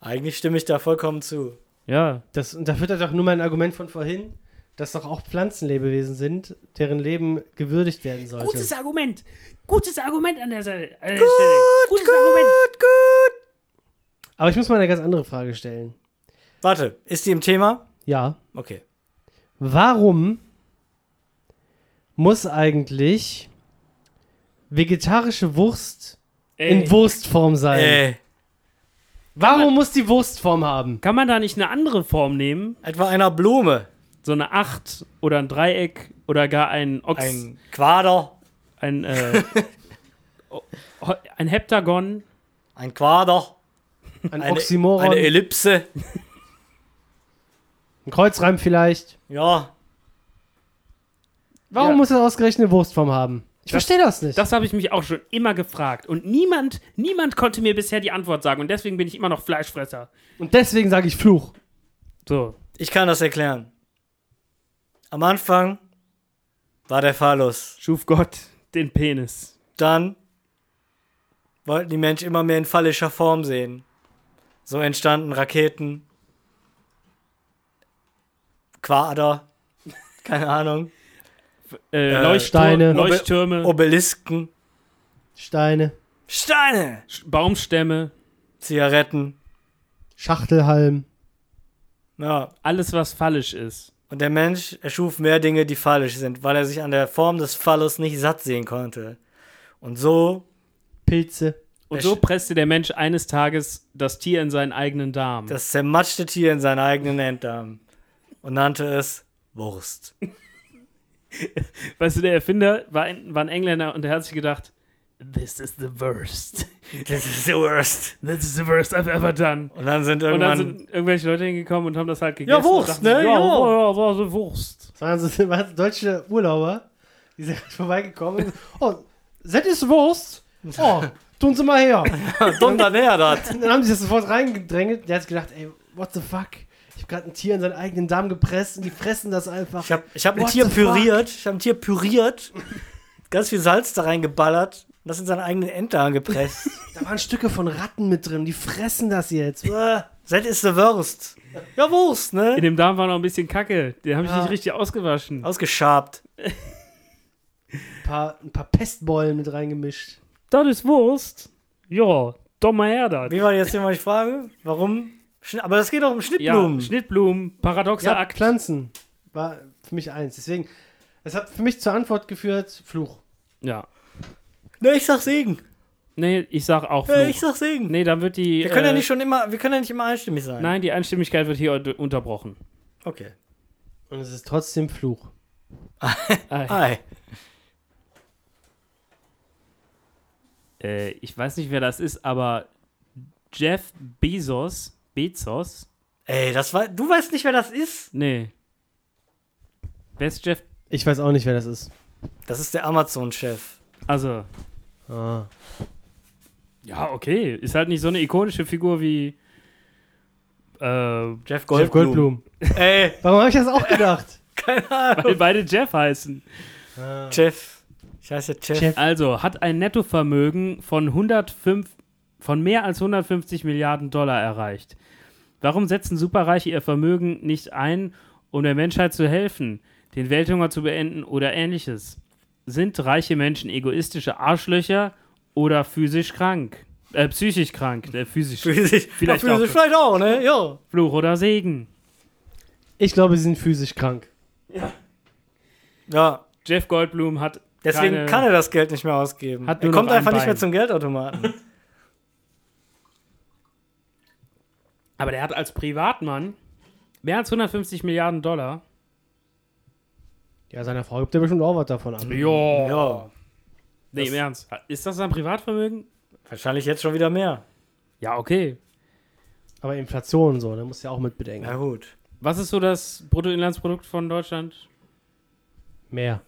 B: Eigentlich stimme ich da vollkommen zu.
D: Ja,
C: Das, und da führt das doch nur mein Argument von vorhin, dass doch auch Pflanzenlebewesen sind, deren Leben gewürdigt werden sollte.
D: Gutes Argument. Gutes Argument an der Seite. Gut, Gutes Argument.
B: gut.
C: Aber ich muss mal eine ganz andere Frage stellen.
B: Warte, ist die im Thema?
C: Ja.
B: Okay.
C: Warum muss eigentlich vegetarische Wurst
D: Ey,
C: in Wurstform sein?
B: Äh,
C: Warum muss die Wurstform haben?
D: kann man da nicht eine andere Form nehmen?
B: etwa einer Blume.
D: So eine Acht oder ein Dreieck oder gar ein Ochs, ein,
B: Ein Quader.
D: äh, o- ho- ein Heptagon.
B: Ein Quader.
C: Ein
B: Eine,
C: Oxymoron,
B: eine Ellipse.
C: ein Kreuzreim vielleicht.
B: Ja.
C: Warum
D: Ja.
C: muss er ausgerechnet eine Wurstform haben? Ich verstehe das nicht.
D: Das habe ich mich auch schon immer gefragt und niemand, niemand konnte mir bisher die Antwort sagen und deswegen bin ich immer noch Fleischfresser.
C: Und deswegen sage ich Fluch.
D: So,
B: Ich kann das erklären. Am Anfang war der Phallus.
D: schuf Gott den Penis.
B: Dann wollten die Menschen immer mehr in phallischer Form sehen. So entstanden Raketen, Quader, keine Ahnung,
D: Äh,
B: Äh,
D: Leuchttu-
C: Steine.
D: Leuchttürme,
B: Obelisken,
C: Steine,
B: Steine,
D: Sch- Baumstämme,
B: Zigaretten.
C: Schachtelhalm.
B: Ja.
D: alles was fallisch ist.
B: Und der Mensch erschuf mehr Dinge, die phallisch sind, weil er sich an der Form des Phallus nicht satt sehen konnte. Und so
C: Pilze.
D: Und
B: Er
D: so
B: sch-
D: presste der Mensch eines Tages das Tier in seinen eigenen Darm.
B: das zermatschte Tier in seinen eigenen Enddarm und nannte es Wurst.
D: weißt du, der Erfinder war ein, war ein Engländer und der hat sich gedacht, This is the worst.
B: This is the worst.
D: This is the worst I've ever done.
B: Und dann sind
D: Und
B: irgendwann
D: dann sind irgendwelche Leute hingekommen und haben das halt gegessen.
B: Wurst,
D: und dachten,
B: ne? Ja.
D: Ja, ja, war so Wurst.
C: Das waren so waren so deutsche Urlauber. Die sind vorbeigekommen. und- Oh, das ist Wurst. Oh, tun Sie mal her.
B: Dunder näher das.
C: Und dann haben sie das sofort reingedrängelt. Der hat gedacht, ey, what the fuck? Ich habe gerade ein Tier in seinen eigenen Darm gepresst und die fressen das einfach.
B: Ich habe ich hab ein
C: What
B: Tier
C: the fuck?
B: püriert. Ich habe ein Tier püriert. Ganz viel Salz da reingeballert. Und das in seinen eigenen Enddarm gepresst.
C: Da waren Stücke von Ratten mit drin. Die fressen das jetzt. Uah.
B: Äh, That is the worst. Ja, Wurst,
D: In
B: ne?
D: dem Darm war noch ein bisschen Kacke. Den habe ich
C: Ja.
D: nicht richtig ausgewaschen.
B: Ausgeschabt.
C: Ein paar, ein paar Pestbeulen mit reingemischt.
D: Das ist Wurst. Ja, doch mal her das.
B: Wie war jetzt immer die Frage? Warum? Schn- Aber das geht auch um Schnittblumen.
D: Ja, Schnittblumen, paradoxer
C: Ja,
D: Akt.
C: Pflanzen war für mich eins. Deswegen, es hat für mich zur Antwort geführt, Fluch.
D: Ja.
B: ne, ich sag Segen.
D: Nee, ich sag auch
B: Ne,
D: Fluch.
B: ich sag Segen.
D: Nee, dann wird die.
B: Wir können ja
D: äh,
B: nicht schon immer, wir können ja nicht immer einstimmig sein.
D: Nein, die Einstimmigkeit wird hier un- unterbrochen.
B: Okay.
C: Und es ist trotzdem Fluch.
D: Ah,
B: Hi.
D: äh, ich weiß nicht, wer das ist, aber Jeff Bezos. Bezos?
B: Ey, das war. Du weißt nicht, wer das ist?
D: Nee. Wer ist Jeff?
C: Ich weiß auch nicht, wer das ist.
B: Das ist der Amazon-Chef.
D: Also,
C: Ah.
D: ja, okay. Ist halt nicht so eine ikonische Figur wie. Äh,
B: Jeff Goldblum.
C: Jeff Goldblum.
B: Ey,
C: Warum habe ich das auch gedacht?
B: keine Ahnung.
D: weil beide Jeff heißen.
B: Jeff. Ich heiße Jeff.
C: Jeff.
D: Also, hat ein Nettovermögen von 105, von mehr als 150 Milliarden Dollar erreicht. Warum setzen Superreiche ihr Vermögen nicht ein, um der Menschheit zu helfen, den Welthunger zu beenden oder ähnliches? Sind reiche Menschen egoistische Arschlöcher oder physisch krank? Äh, psychisch krank, äh, physisch.
B: Physisch.
D: Vielleicht
B: ja, physisch
D: auch.
B: vielleicht auch, ne? Ja.
D: Fluch oder Segen.
C: Ich glaube, sie sind physisch krank.
B: Ja.
D: Jeff Goldblum hat.
B: Deswegen
D: keine,
B: kann er das Geld nicht mehr ausgeben.
D: Hat
B: er
D: nur
B: kommt
D: noch ein
B: einfach nicht
D: Bein.
B: mehr zum Geldautomaten.
D: Aber der hat als Privatmann mehr als 150 Milliarden Dollar.
C: Ja, seiner Frau gibt er bestimmt auch was davon ab.
D: Ja.
B: ja.
D: Nee, im Ernst. Ist das ein Privatvermögen?
B: Wahrscheinlich jetzt schon wieder mehr.
D: Ja, okay.
C: Aber Inflation und so, da musst du ja auch mit bedenken.
B: Na gut.
D: Was ist so das Bruttoinlandsprodukt von Deutschland?
C: Mehr.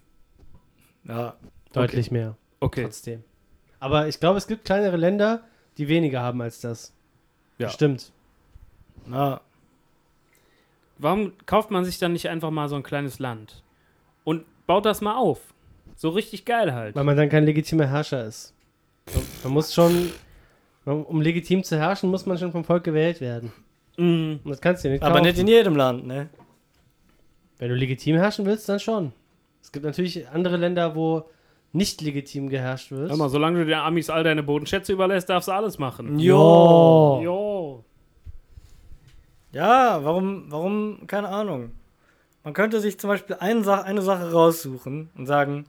B: Ja.
C: Deutlich mehr.
D: Okay.
C: Trotzdem. Aber ich glaube, es gibt kleinere Länder, die weniger haben als das.
D: Ja.
C: Stimmt.
B: Na.
D: Warum kauft man sich dann nicht einfach mal so ein kleines Land und baut das mal auf? So richtig geil halt.
C: Weil man dann kein legitimer Herrscher ist. Man- Man muss schon, man- um legitim zu herrschen, muss man schon vom Volk gewählt werden.
D: Mm,
C: Und das kannst du dir nicht
B: Aber
C: kaufen.
B: nicht in jedem Land, ne?
C: Wenn du legitim herrschen willst, dann schon. Es gibt natürlich andere Länder, wo nicht legitim geherrscht wird.
D: hör mal, solange du den Amis all deine Bodenschätze überlässt, darfst du alles machen.
C: Jo.
D: Jo.
B: Ja, warum, warum, keine Ahnung. Man könnte sich zum Beispiel eine Sache, eine Sache raussuchen und sagen,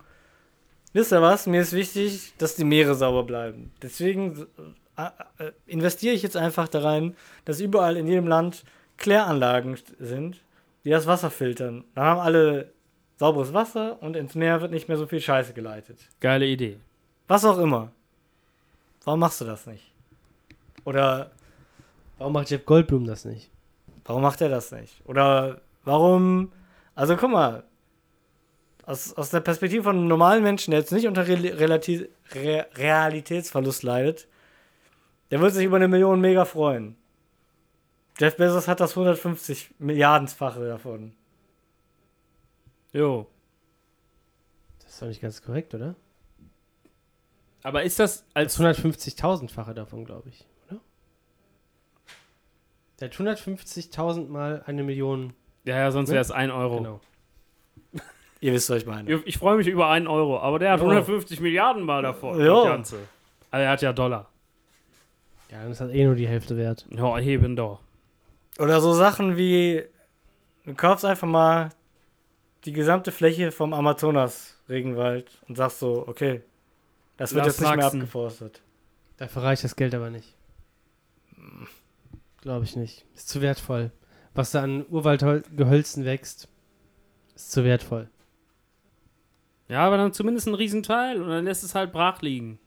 B: wisst ihr was, mir ist wichtig, dass die Meere sauber bleiben. Deswegen äh, äh, investiere ich jetzt einfach da rein, dass überall in jedem Land Kläranlagen st- sind, die das Wasser filtern. Dann haben alle sauberes Wasser und ins Meer wird nicht mehr so viel Scheiße geleitet.
D: Geile Idee.
B: Was auch immer. Warum machst du das nicht? Oder
C: Warum macht Jeff Goldblum das nicht?
B: Warum macht er das nicht? Oder warum? Also guck mal, aus, aus der Perspektive von einem normalen Menschen, der jetzt nicht unter Re Relati- Re Realitätsverlust leidet, der wird sich über eine Million mega freuen. Jeff Bezos hat das 150 Milliardenfache davon.
D: Jo.
C: Das ist doch nicht ganz korrekt, oder?
D: Aber ist das
C: Das
D: als.
C: 150.000-fache davon, glaube ich, oder? Der hat 150.000 mal eine Million.
D: Ja, ja, sonst wäre es ein Euro.
C: Genau.
B: Ihr wisst, was ich meine.
D: Ich, ich freue mich über einen Euro, aber der hat
B: Jo.
D: 150 Milliarden mal davon.
B: Jo.
D: Das Ganze. Also er hat ja Dollar.
C: Ja, dann ist das eh nur die Hälfte wert.
D: Ja, heben doch.
B: Oder so Sachen wie, du kaufst einfach mal die gesamte Fläche vom Amazonas-Regenwald und sagst so, okay, das wird
D: Lass
B: jetzt nicht mehr
D: wachsen.
B: abgeforstet.
C: Dafür reicht das Geld aber nicht. Glaube ich nicht. Ist zu wertvoll. Was da an Urwaldgehölzen wächst, ist zu wertvoll.
D: Ja, aber dann zumindest ein Riesenteil und dann lässt es halt brach liegen.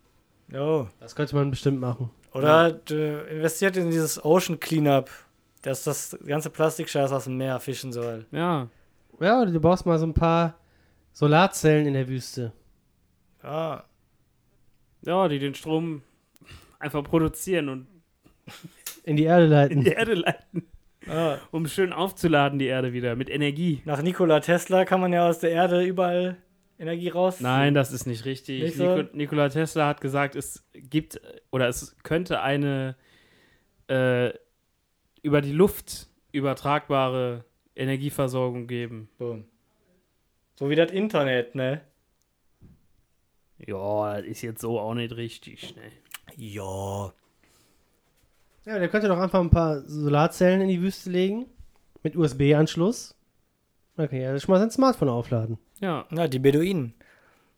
B: Jo.
C: Das könnte man bestimmt machen.
B: Oder du investiert in dieses Ocean Cleanup, dass das ganze Plastikscheiß aus dem Meer fischen soll.
D: Ja.
C: Ja, oder du brauchst mal so ein paar Solarzellen in der Wüste.
B: Ja,
D: Ja, die den Strom einfach produzieren und
C: In die Erde
D: in
C: leiten.
D: die Erde leiten,
B: ja.
D: um schön aufzuladen, die Erde wieder mit Energie.
B: Nach Nikola Tesla kann man ja aus der Erde überall Energie raus.
D: Nein, das ist nicht richtig.
B: Nicht so?
D: Niko- Nikola Tesla hat gesagt, es gibt oder es könnte eine äh, über die Luft übertragbare Energieversorgung geben.
B: So. so wie das Internet, ne?
D: Ja, das ist jetzt so auch nicht richtig. Ne?
B: Ja.
C: Ja, der könnte doch einfach ein paar Solarzellen in die Wüste legen. Mit USB-Anschluss. Dann kann ja schon mal sein Smartphone aufladen.
D: Ja,
B: Ja, die Beduinen.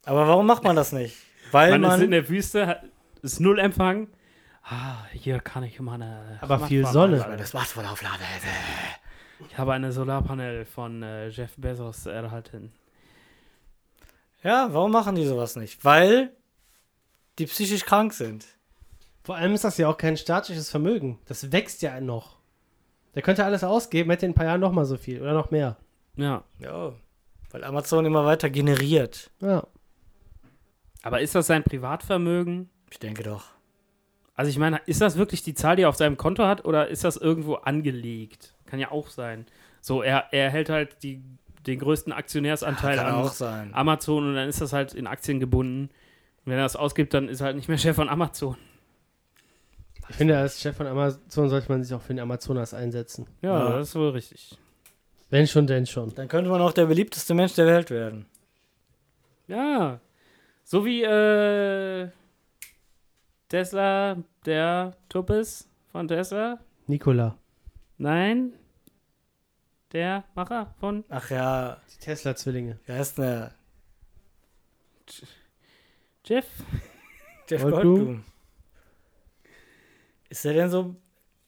B: Aber warum macht man das nicht? Weil
D: man, ist in
B: man.
D: der Wüste, hat, ist null Empfang. Ah, hier kann ich meine.
C: Aber viel
D: Smartphone-
C: Sonne.
B: Das macht wohl Auflade.
D: Ich habe eine Solarpanel von äh, Jeff Bezos erhalten.
B: Ja, warum machen die sowas nicht? Weil die psychisch krank sind.
C: Vor allem ist das ja auch kein statisches Vermögen. Das wächst ja noch. Der könnte alles ausgeben, hätte in ein paar Jahren noch mal so viel oder noch mehr.
D: Ja.
B: Ja. Weil Amazon immer weiter generiert.
C: Ja.
D: Aber ist das sein Privatvermögen?
B: Ich denke doch.
D: Also ich meine, ist das wirklich die Zahl, die er auf seinem Konto hat oder ist das irgendwo angelegt? Kann ja auch sein. So, er, er hält halt die, den größten Aktionärsanteil
B: Kann
D: an
B: auch sein.
D: Amazon und dann ist das halt in Aktien gebunden. Und wenn er das ausgibt, dann ist er halt nicht mehr Chef von Amazon.
C: Ich finde, als Chef von Amazon sollte man sich auch für den Amazonas einsetzen.
D: Ja,
B: Ja.
D: das ist wohl richtig.
C: Wenn schon, denn schon.
B: Dann könnte man auch der beliebteste Mensch der Welt werden.
D: Ja. So wie äh, Tesla, der Tuppes von Tesla.
C: Nikola.
D: Nein. Der Macher von
B: Ach ja,
C: Die Tesla-Zwillinge.
B: wie heißt denn der?
D: Jeff.
B: Jeff
C: Goldblum?
B: Goldblum. Ist der denn so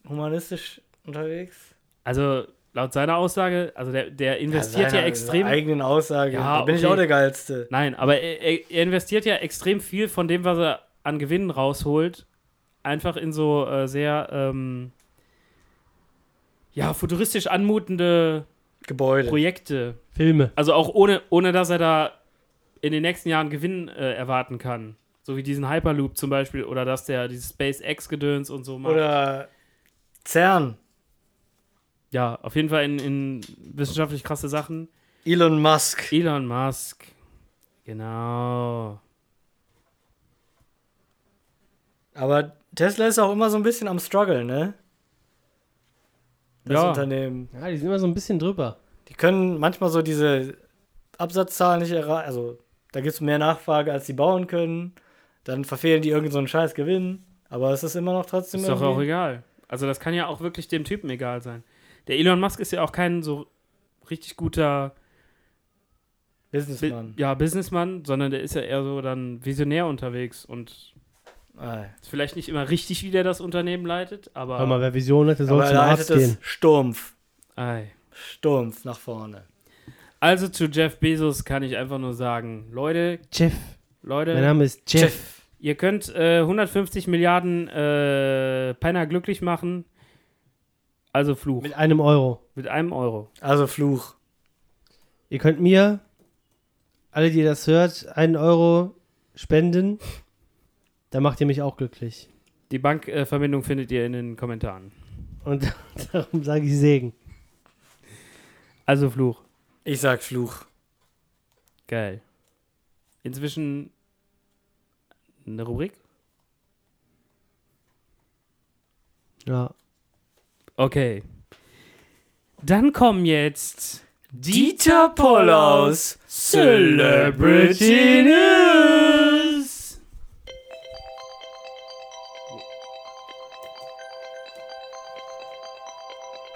B: humanistisch unterwegs?
D: Also laut seiner Aussage, also der, der investiert ja,
B: seiner-
D: extrem.
B: seiner eigenen Aussage.
D: Ja,
B: da bin ich
D: okay.
B: auch der Geilste.
D: Nein, aber er, er er investiert ja extrem viel von dem, was er an Gewinnen rausholt, einfach in so äh, sehr ähm, ja, futuristisch anmutende
B: Gebäude.
D: Projekte.
C: Filme.
D: Also auch ohne, ohne dass er da in den nächsten Jahren Gewinn äh, erwarten kann. So wie diesen Hyperloop zum Beispiel oder dass der dieses SpaceX-Gedöns und so macht.
B: Oder CERN.
D: ja, auf jeden Fall in, in wissenschaftlich krasse Sachen.
B: Elon Musk.
D: Elon Musk. Genau.
B: Aber Tesla ist auch immer so ein bisschen am Struggle, ne? Das
D: Ja.
B: Unternehmen.
C: Ja, die sind immer so ein bisschen drüber.
B: Die können manchmal so diese Absatzzahlen nicht erreichen. Also, da gibt es mehr Nachfrage, als sie bauen können. Dann verfehlen die irgendeinen so einen scheiß Gewinn. Aber es ist immer noch trotzdem.
D: Ist doch auch
B: irgendwie-
D: egal. Also das kann ja auch wirklich dem Typen egal sein. Der Elon Musk ist ja auch kein so richtig guter Bi
B: Businessman.
D: ja, Businessmann, sondern der ist ja eher so dann visionär unterwegs und
B: Ah, ja.
D: ist vielleicht nicht immer richtig, wie der das Unternehmen leitet,
C: Hör mal,
D: aber
C: wer Vision hat, der soll
B: Aber
C: zum
B: da
C: Arzt
B: heißt es
C: gehen.
B: stumpf.
D: Ei.
B: Stumpf nach vorne.
D: Also zu Jeff Bezos kann ich einfach nur sagen, Leute,
C: Jeff. Mein
D: Leute,
C: Name ist Jeff.
D: ihr könnt äh, 150 Milliarden äh, Penner glücklich machen. Also Fluch
C: Mit einem Euro.
D: mit einem Euro.
B: Also Fluch.
C: Ihr könnt mir, alle, die das hört, einen Euro spenden. Da macht ihr mich auch glücklich.
D: Die Bankverbindung äh, Verbindung findet ihr in den Kommentaren.
C: Und darum sage ich Segen.
D: Also Fluch.
B: Ich sag Fluch.
D: Geil. Inzwischen eine Rubrik?
C: Ja.
D: Okay. Dann kommen jetzt
B: Dieter Pollaus
D: Celebrity News.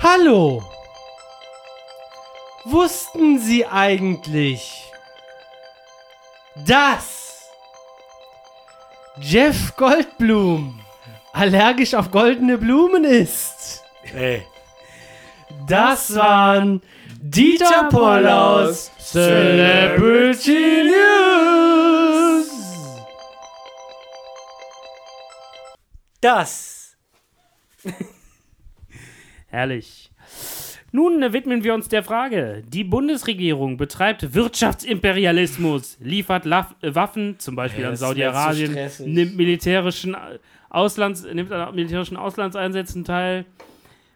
C: Hallo! Wussten Sie eigentlich, dass Jeff Goldblum allergisch auf goldene Blumen ist?
B: Ey.
C: Das waren Dieter Pollaus Celebrity News.
B: Das.
D: Herrlich. Nun äh, widmen wir uns der Frage. Die Bundesregierung betreibt Wirtschaftsimperialismus, liefert Laf äh, Waffen, zum Beispiel
B: Ja,
D: an
B: das ist mir jetzt zu
D: Saudi-Arabien,
B: stressig.
D: nimmt, militärischen äh, Auslands, nimmt an militärischen Auslandseinsätzen teil.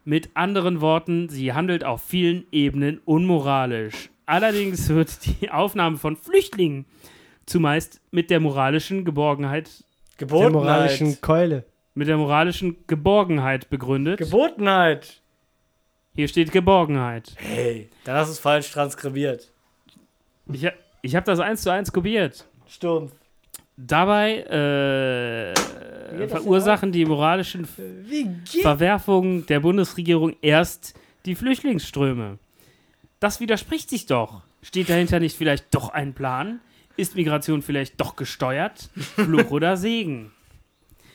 D: Mit anderen Worten, sie handelt auf vielen Ebenen unmoralisch. Allerdings wird die Aufnahme von Flüchtlingen zumeist mit der moralischen Geborgenheit,
C: Der
B: Gebotenheit.
C: moralischen Keule.
D: mit der moralischen Geborgenheit begründet.
B: Gebotenheit.
D: Hier steht Geborgenheit.
B: Hey, dann hast du es falsch transkribiert.
D: Ich, ha- ich habe das eins zu eins kopiert.
B: Stumpf.
D: Dabei äh,
B: denn
D: verursachen die moralischen
B: Wie geht
D: Verwerfungen der Bundesregierung erst die Flüchtlingsströme. Das widerspricht sich doch. Steht dahinter nicht vielleicht doch ein Plan? Ist Migration vielleicht doch gesteuert? Fluch oder Segen?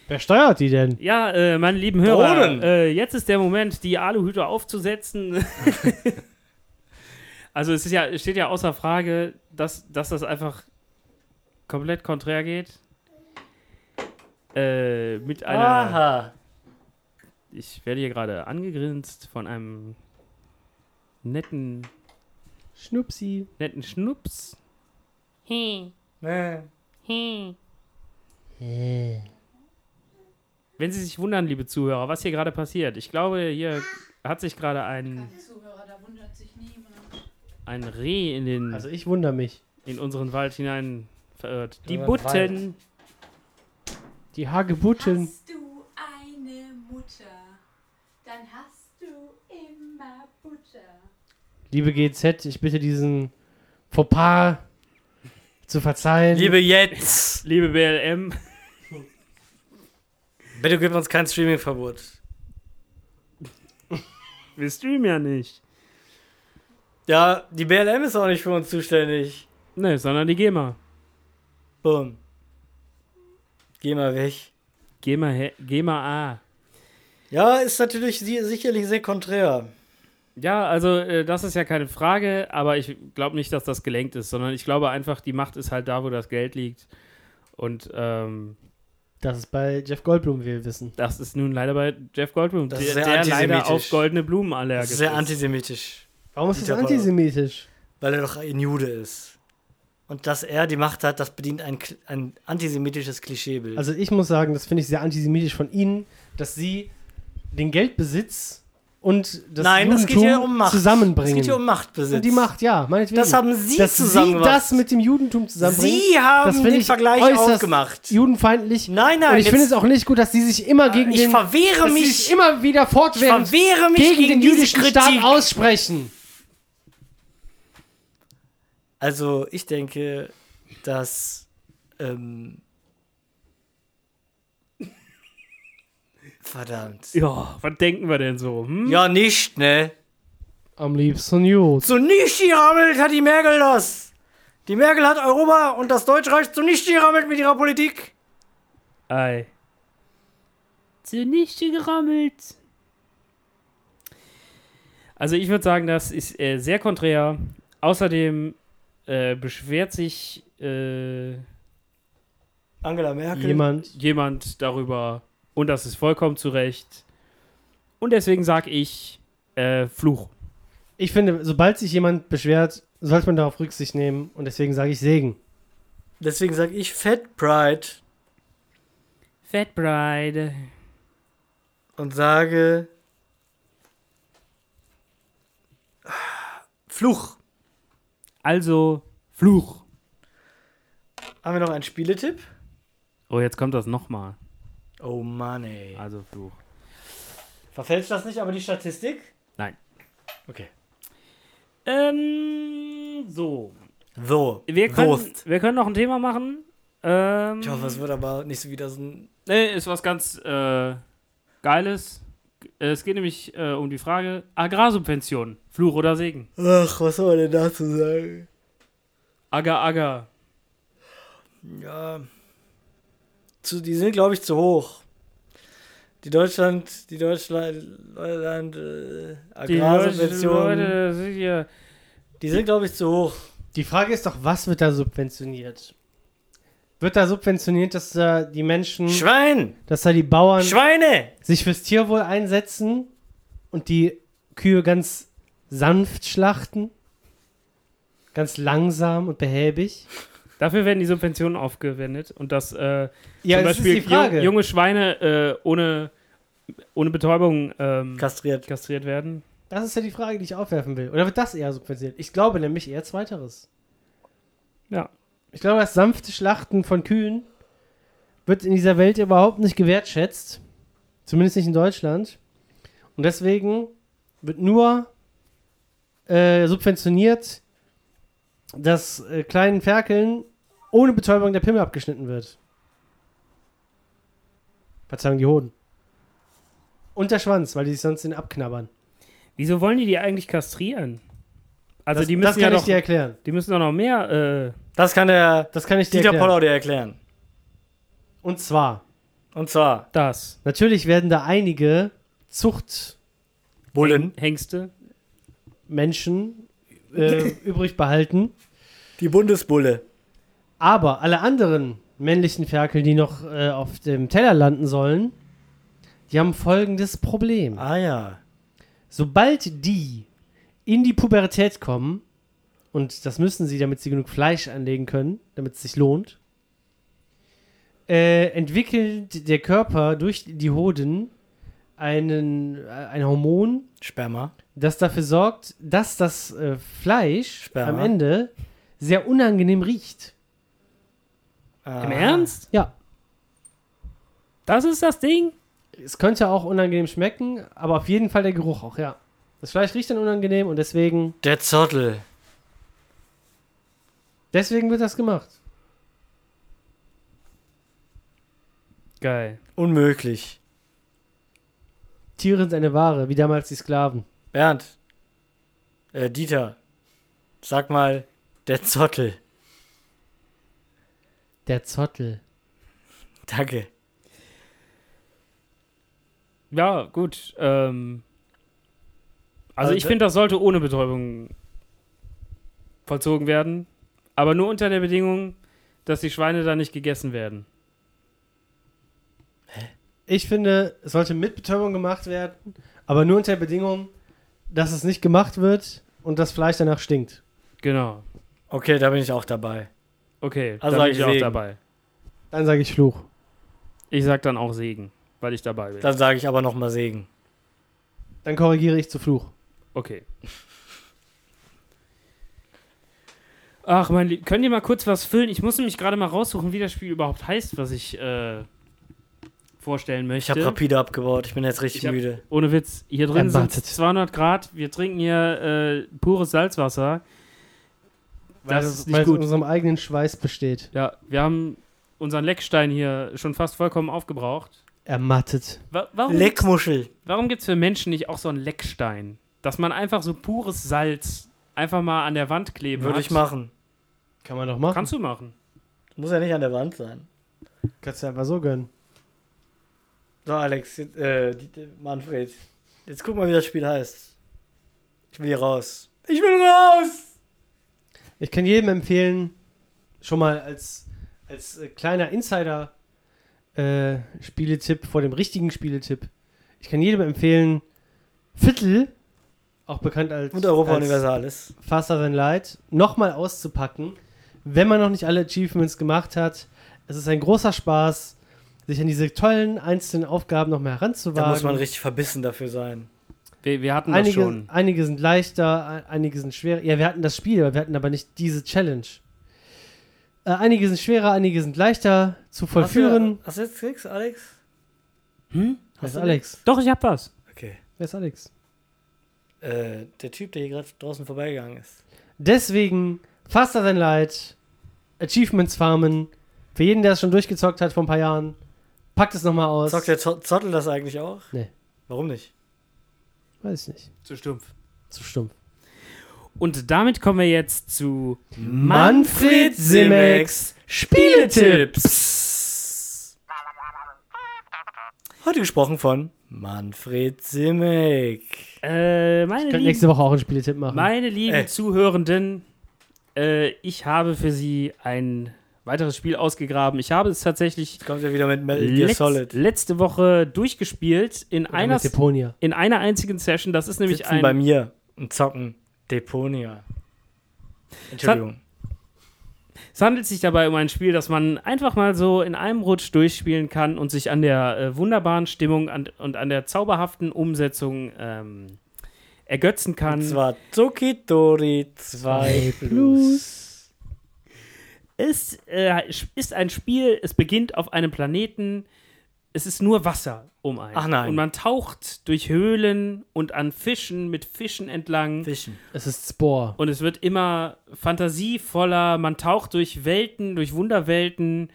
C: Wer steuert die denn?
D: Ja, äh, meine lieben
B: Drohnen.
D: Hörer, äh, jetzt ist der Moment, die Aluhüte aufzusetzen. also es ist ja, es steht ja außer Frage, dass, dass das einfach komplett konträr geht. Äh, mit einer.
B: Aha.
D: Ich werde hier gerade angegrinst von einem netten,
C: Schnupsi.
D: netten Schnups.
B: Nee.
D: Wenn Sie sich wundern, liebe Zuhörer, was hier gerade passiert. Ich glaube, hier hat sich gerade ein,
E: Zuhörer, da wundert sich niemand.
D: ein Reh in den.
C: Also ich wundere mich.
D: in unseren Wald hinein verirrt. Die
B: Unseren
D: Butten.
C: Die Hagebutten.
E: Hast du eine Mutter, dann hast du immer Butter.
C: Liebe GZ, ich bitte diesen Fauxpas zu verzeihen.
B: Liebe jetzt.
D: Liebe BLM.
B: Bitte gib uns kein Streaming-Verbot.
D: Wir streamen ja nicht.
B: Ja, die BLM ist auch nicht für uns zuständig.
D: Ne, sondern die GEMA.
B: Boom. Geh mal weg.
D: GEMA, he- GEMA A.
B: Ja, ist natürlich si- sicherlich sehr konträr.
D: Ja, also äh, das ist ja keine Frage, aber ich glaube nicht, dass das gelenkt ist, sondern ich glaube einfach, die Macht ist halt da, wo das Geld liegt. Und ähm,
C: Das ist bei Jeff Goldblum, wie wir wissen.
D: das ist nun leider bei Jeff Goldblum,
B: Das
D: der,
B: ist sehr
D: der leider
B: antisemitisch.
D: auf goldene Blumen
B: Das
D: allergisch
B: ist sehr
D: ist.
B: antisemitisch,
C: Warum ist das
B: Dieter
C: antisemitisch?
B: weil er doch ein Jude ist. Und dass er die Macht hat, das bedient ein, Kl- ein antisemitisches Klischeebild.
C: Also ich muss sagen, das finde ich sehr antisemitisch von Ihnen, dass Sie den Geldbesitz und das
B: Nein, das geht
C: Judentum
B: hier um Macht.
C: zusammenbringen.
B: Es geht hier um Machtbesitz.
C: Und die Macht, ja, meinetwegen.
B: Das haben Sie
C: dass
B: zusammen
C: Sie
B: gemacht.
C: das mit dem Judentum zusammenbringen.
B: Sie haben
C: das finde
B: den
C: ich
B: Vergleich
C: äußerst
B: aufgemacht.
C: Judenfeindlich.
B: Nein, nein,
C: Und ich
B: jetzt-
C: finde es auch nicht gut, dass Sie sich immer gegen
B: ich
C: den...
B: verwehre
C: dass
B: mich-
C: Sie sich immer wieder
B: ich
C: fortwährend
B: verwehre mich
C: gegen,
B: gegen,
C: den
B: diese
C: jüdischen
B: Kritik.
C: Staat aussprechen.
B: Also ich denke, dass ähm, verdammt.
D: Ja, was denken wir denn so? Hm?
B: Ja, nicht, ne?
C: Am liebsten Jud.
B: Zunichte gerammelt hat die Merkel das. Die Merkel hat Europa und das Deutschreich zunichte gerammelt mit ihrer Politik.
D: Ei. Zunichte gerammelt. Also ich würde sagen, das ist äh, sehr konträr. Außerdem äh, beschwert sich äh,
B: Angela Merkel.
C: Jemand.
D: jemand darüber und das ist vollkommen zu Recht. Und deswegen sage ich äh, Fluch.
C: Ich finde, sobald sich jemand beschwert, sollte man darauf Rücksicht nehmen. Und deswegen sage ich Segen.
B: Deswegen sage ich Fat Pride
D: Fat Bride.
B: und sage Fluch.
D: Also Fluch.
B: Haben wir noch einen Spieletipp?
D: Oh, jetzt kommt das nochmal.
B: Oh Mann, ey.
D: Also Fluch.
B: Verfälscht das nicht aber die Statistik?
D: Nein.
B: Okay.
D: Ähm, so.
B: So.
D: Wir können,
B: Wurst.
D: wir können noch ein Thema machen. Ähm,
B: Ich hoffe, es wird aber nicht so wieder so ein.
D: nee, ist was ganz äh, Geiles. Es geht nämlich äh, um die Frage: Agrarsubventionen, Fluch oder Segen?
B: Ach, was soll man denn dazu sagen?
D: Agar, agar.
B: Ja. Zu, die sind, glaube ich, zu hoch. Die Deutschland, die Deutschland, Deutschland äh,
D: Die Leute,
B: Agrarsubventionen,
D: Leute sind hier.
B: die sind, glaube ich, zu hoch.
C: Die Frage ist doch, was wird da subventioniert? Wird da subventioniert, dass da die Menschen,
D: Hm.
B: Schwein!
C: dass da die Bauern
B: Schweine!
C: sich fürs Tierwohl einsetzen und die Kühe ganz sanft schlachten? Ganz langsam und behäbig?
D: Dafür werden die Subventionen aufgewendet und das äh,
C: Ja,
D: zum
C: das
D: Beispiel
C: ist die Frage.
D: ju- junge Schweine äh, ohne, ohne Betäubung ähm,
B: Kastriert.
D: kastriert werden.
C: Das ist ja die Frage, die ich aufwerfen will. Oder wird das eher subventioniert? Ich glaube nämlich eher Zweiteres.
D: Ja.
C: Ich glaube, das sanfte Schlachten von Kühen wird in dieser Welt überhaupt nicht gewertschätzt. Zumindest nicht in Deutschland. Und deswegen wird nur äh, subventioniert, dass äh, kleinen Ferkeln ohne Betäubung der Pimmel abgeschnitten wird. Verzeihung, die Hoden. Und der Schwanz, weil die sich sonst den abknabbern.
F: Wieso wollen die die eigentlich kastrieren? Also
C: das,
F: die
C: das
F: müssen
C: kann
F: ja
C: ich
F: doch,
C: dir erklären.
F: die müssen doch noch mehr.
D: äh,
B: Das kann der
C: Das kann ich dir
B: Dieter
C: erklären.
B: Pollau dir erklären.
C: Und zwar,
B: Und zwar
F: Äh, das
C: natürlich werden da einige Zuchtmenschen
B: Bullen.
F: Hengste.
C: äh, übrig behalten.
B: Die Bundesbulle.
C: Aber alle anderen männlichen Ferkel, die noch äh, auf dem Teller landen sollen, die haben folgendes Problem.
B: Ah ja.
C: Sobald die in die Pubertät kommen, und das müssen sie, damit sie genug Fleisch anlegen können, damit es sich lohnt, äh, entwickelt der Körper durch die Hoden einen, äh, ein Hormon,
B: Sperma.
C: das dafür sorgt, dass das äh, Fleisch
B: Sperma.
C: am Ende sehr unangenehm riecht.
B: Ah.
F: Im Ernst?
C: Ja,
F: Das ist das Ding?
C: Es könnte auch unangenehm schmecken, aber auf jeden Fall der Geruch auch, ja. Das Fleisch riecht dann unangenehm und deswegen,
B: Der Zottel.
C: deswegen wird das gemacht.
D: Geil.
B: Unmöglich.
C: Tiere sind eine Ware, wie damals die Sklaven.
B: Bernd. Äh, Dieter. Sag mal, der Zottel.
C: Der Zottel.
B: Danke.
D: Ja, gut. Ähm, also,
B: Also
D: ich
B: da-
D: finde, das sollte ohne Betäubung vollzogen werden. Aber nur unter der Bedingung, dass die Schweine da nicht gegessen werden.
C: Ich finde, es sollte mit Betäubung gemacht werden, aber nur unter der Bedingung, dass es nicht gemacht wird und das Fleisch danach stinkt.
D: Genau.
B: Okay, da bin ich auch dabei.
D: Okay,
B: Also
D: dann
B: sag
D: bin
B: ich
D: ich auch
B: Segen.
D: dabei.
C: Dann sage ich Fluch.
D: Ich sag dann auch Segen, weil ich dabei bin.
B: Dann sage ich aber nochmal Segen.
C: Dann korrigiere ich zu Fluch.
D: Okay. Ach, mein Lieb, könnt ihr mal kurz was füllen? Ich muss nämlich gerade mal raussuchen, wie das Spiel überhaupt heißt, was ich äh, vorstellen
B: Ich
D: möchte.
B: habe rapide abgebaut. Ich bin jetzt richtig
D: Ich hab-
B: müde.
D: Ohne Witz, hier drin sind
C: Erwartet.
D: 200 Grad. Wir trinken hier äh, pures Salzwasser.
C: Weil
D: Das
C: es-
D: ist nicht
C: weil es
D: gut.
C: in unserem eigenen Schweiß besteht.
D: Ja, wir haben unseren Leckstein hier schon fast vollkommen aufgebraucht.
C: Ermattet.
D: Wa warum
B: Leckmuschel.
D: Warum gibt es für Menschen nicht auch so einen Leckstein? Dass man einfach so pures Salz einfach mal an der Wand kleben
B: Würde
D: hat.
B: ich machen.
C: Kann man doch machen.
D: Kannst du machen.
B: Muss ja nicht an der Wand sein.
C: Kannst du einfach so gönnen.
B: So, Alex, jetzt, äh, die- Manfred. Jetzt guck mal, wie das Spiel heißt. Ich will hier raus. Ich will raus!
C: Ich kann jedem empfehlen, schon mal als, als äh, kleiner Insider-Spieletipp vor dem richtigen Spieletipp, ich kann jedem empfehlen, Viertel, auch bekannt als,
B: Und Europa
C: als
B: Universalis.
C: Faster Than Light, nochmal auszupacken, wenn man noch nicht alle Achievements gemacht hat. Es ist ein großer Spaß, sich an diese tollen einzelnen Aufgaben nochmal heranzuwagen.
B: Da muss man richtig verbissen dafür sein.
D: Wir, wir hatten das
C: Einige,
D: schon.
C: einige sind leichter, ein- einige sind schwerer. Ja, wir hatten das Spiel, aber wir hatten aber nicht diese Challenge. Äh, einige sind schwerer, einige sind leichter zu vollführen.
B: Hast du, hast du jetzt Kicks, Alex?
F: Hm?
C: Wer ist
B: du
C: Alex?
F: Doch, ich hab was.
B: Okay.
C: Wer ist Alex?
B: Äh, der Typ, der hier gerade draußen vorbeigegangen ist.
C: Deswegen Faster Than Light, Achievements Farmen. Für jeden, der es schon durchgezockt hat vor ein paar Jahren, packt es nochmal aus.
B: Zockt der Zo- Zottel das eigentlich auch?
C: Nee.
B: Warum nicht?
C: Weiß ich nicht.
D: Zu stumpf.
C: Zu stumpf.
D: Und damit kommen wir jetzt zu
C: Manfred Simex,
B: Spieletipps. Heute gesprochen von Manfred Simek.
D: äh, meine
C: Könnt
D: lieben,
C: nächste Woche auch einen Spieletipp machen.
D: meine lieben
B: Äh.
D: Zuhörenden. Äh, ich habe für Sie ein weiteres Spiel ausgegraben. Ich habe es tatsächlich
B: Jetzt kommt er wieder mit Metal Gear
D: letz
B: Solid.
D: letzte Woche durchgespielt in
C: Oder
D: einer
C: mit Deponia.
D: in einer einzigen Session. Das ist nämlich
B: Sitzen
D: ein
B: bei mir und zocken Deponia. Entschuldigung.
D: Es handelt sich dabei um ein Spiel, das man einfach mal so in einem Rutsch durchspielen kann und sich an der äh, wunderbaren Stimmung an, und an der zauberhaften Umsetzung ähm, ergötzen
B: Und
D: kann.
B: zwar Tsukitori 2 Plus.
D: Es äh, ist ein Spiel, es beginnt auf einem Planeten, es ist nur Wasser um einen.
B: Ach nein.
D: Und man taucht durch Höhlen und an Fischen mit Fischen entlang.
B: Fischen.
C: Es ist Spore.
D: Und es wird immer fantasievoller. Man taucht durch Welten, durch Wunderwelten.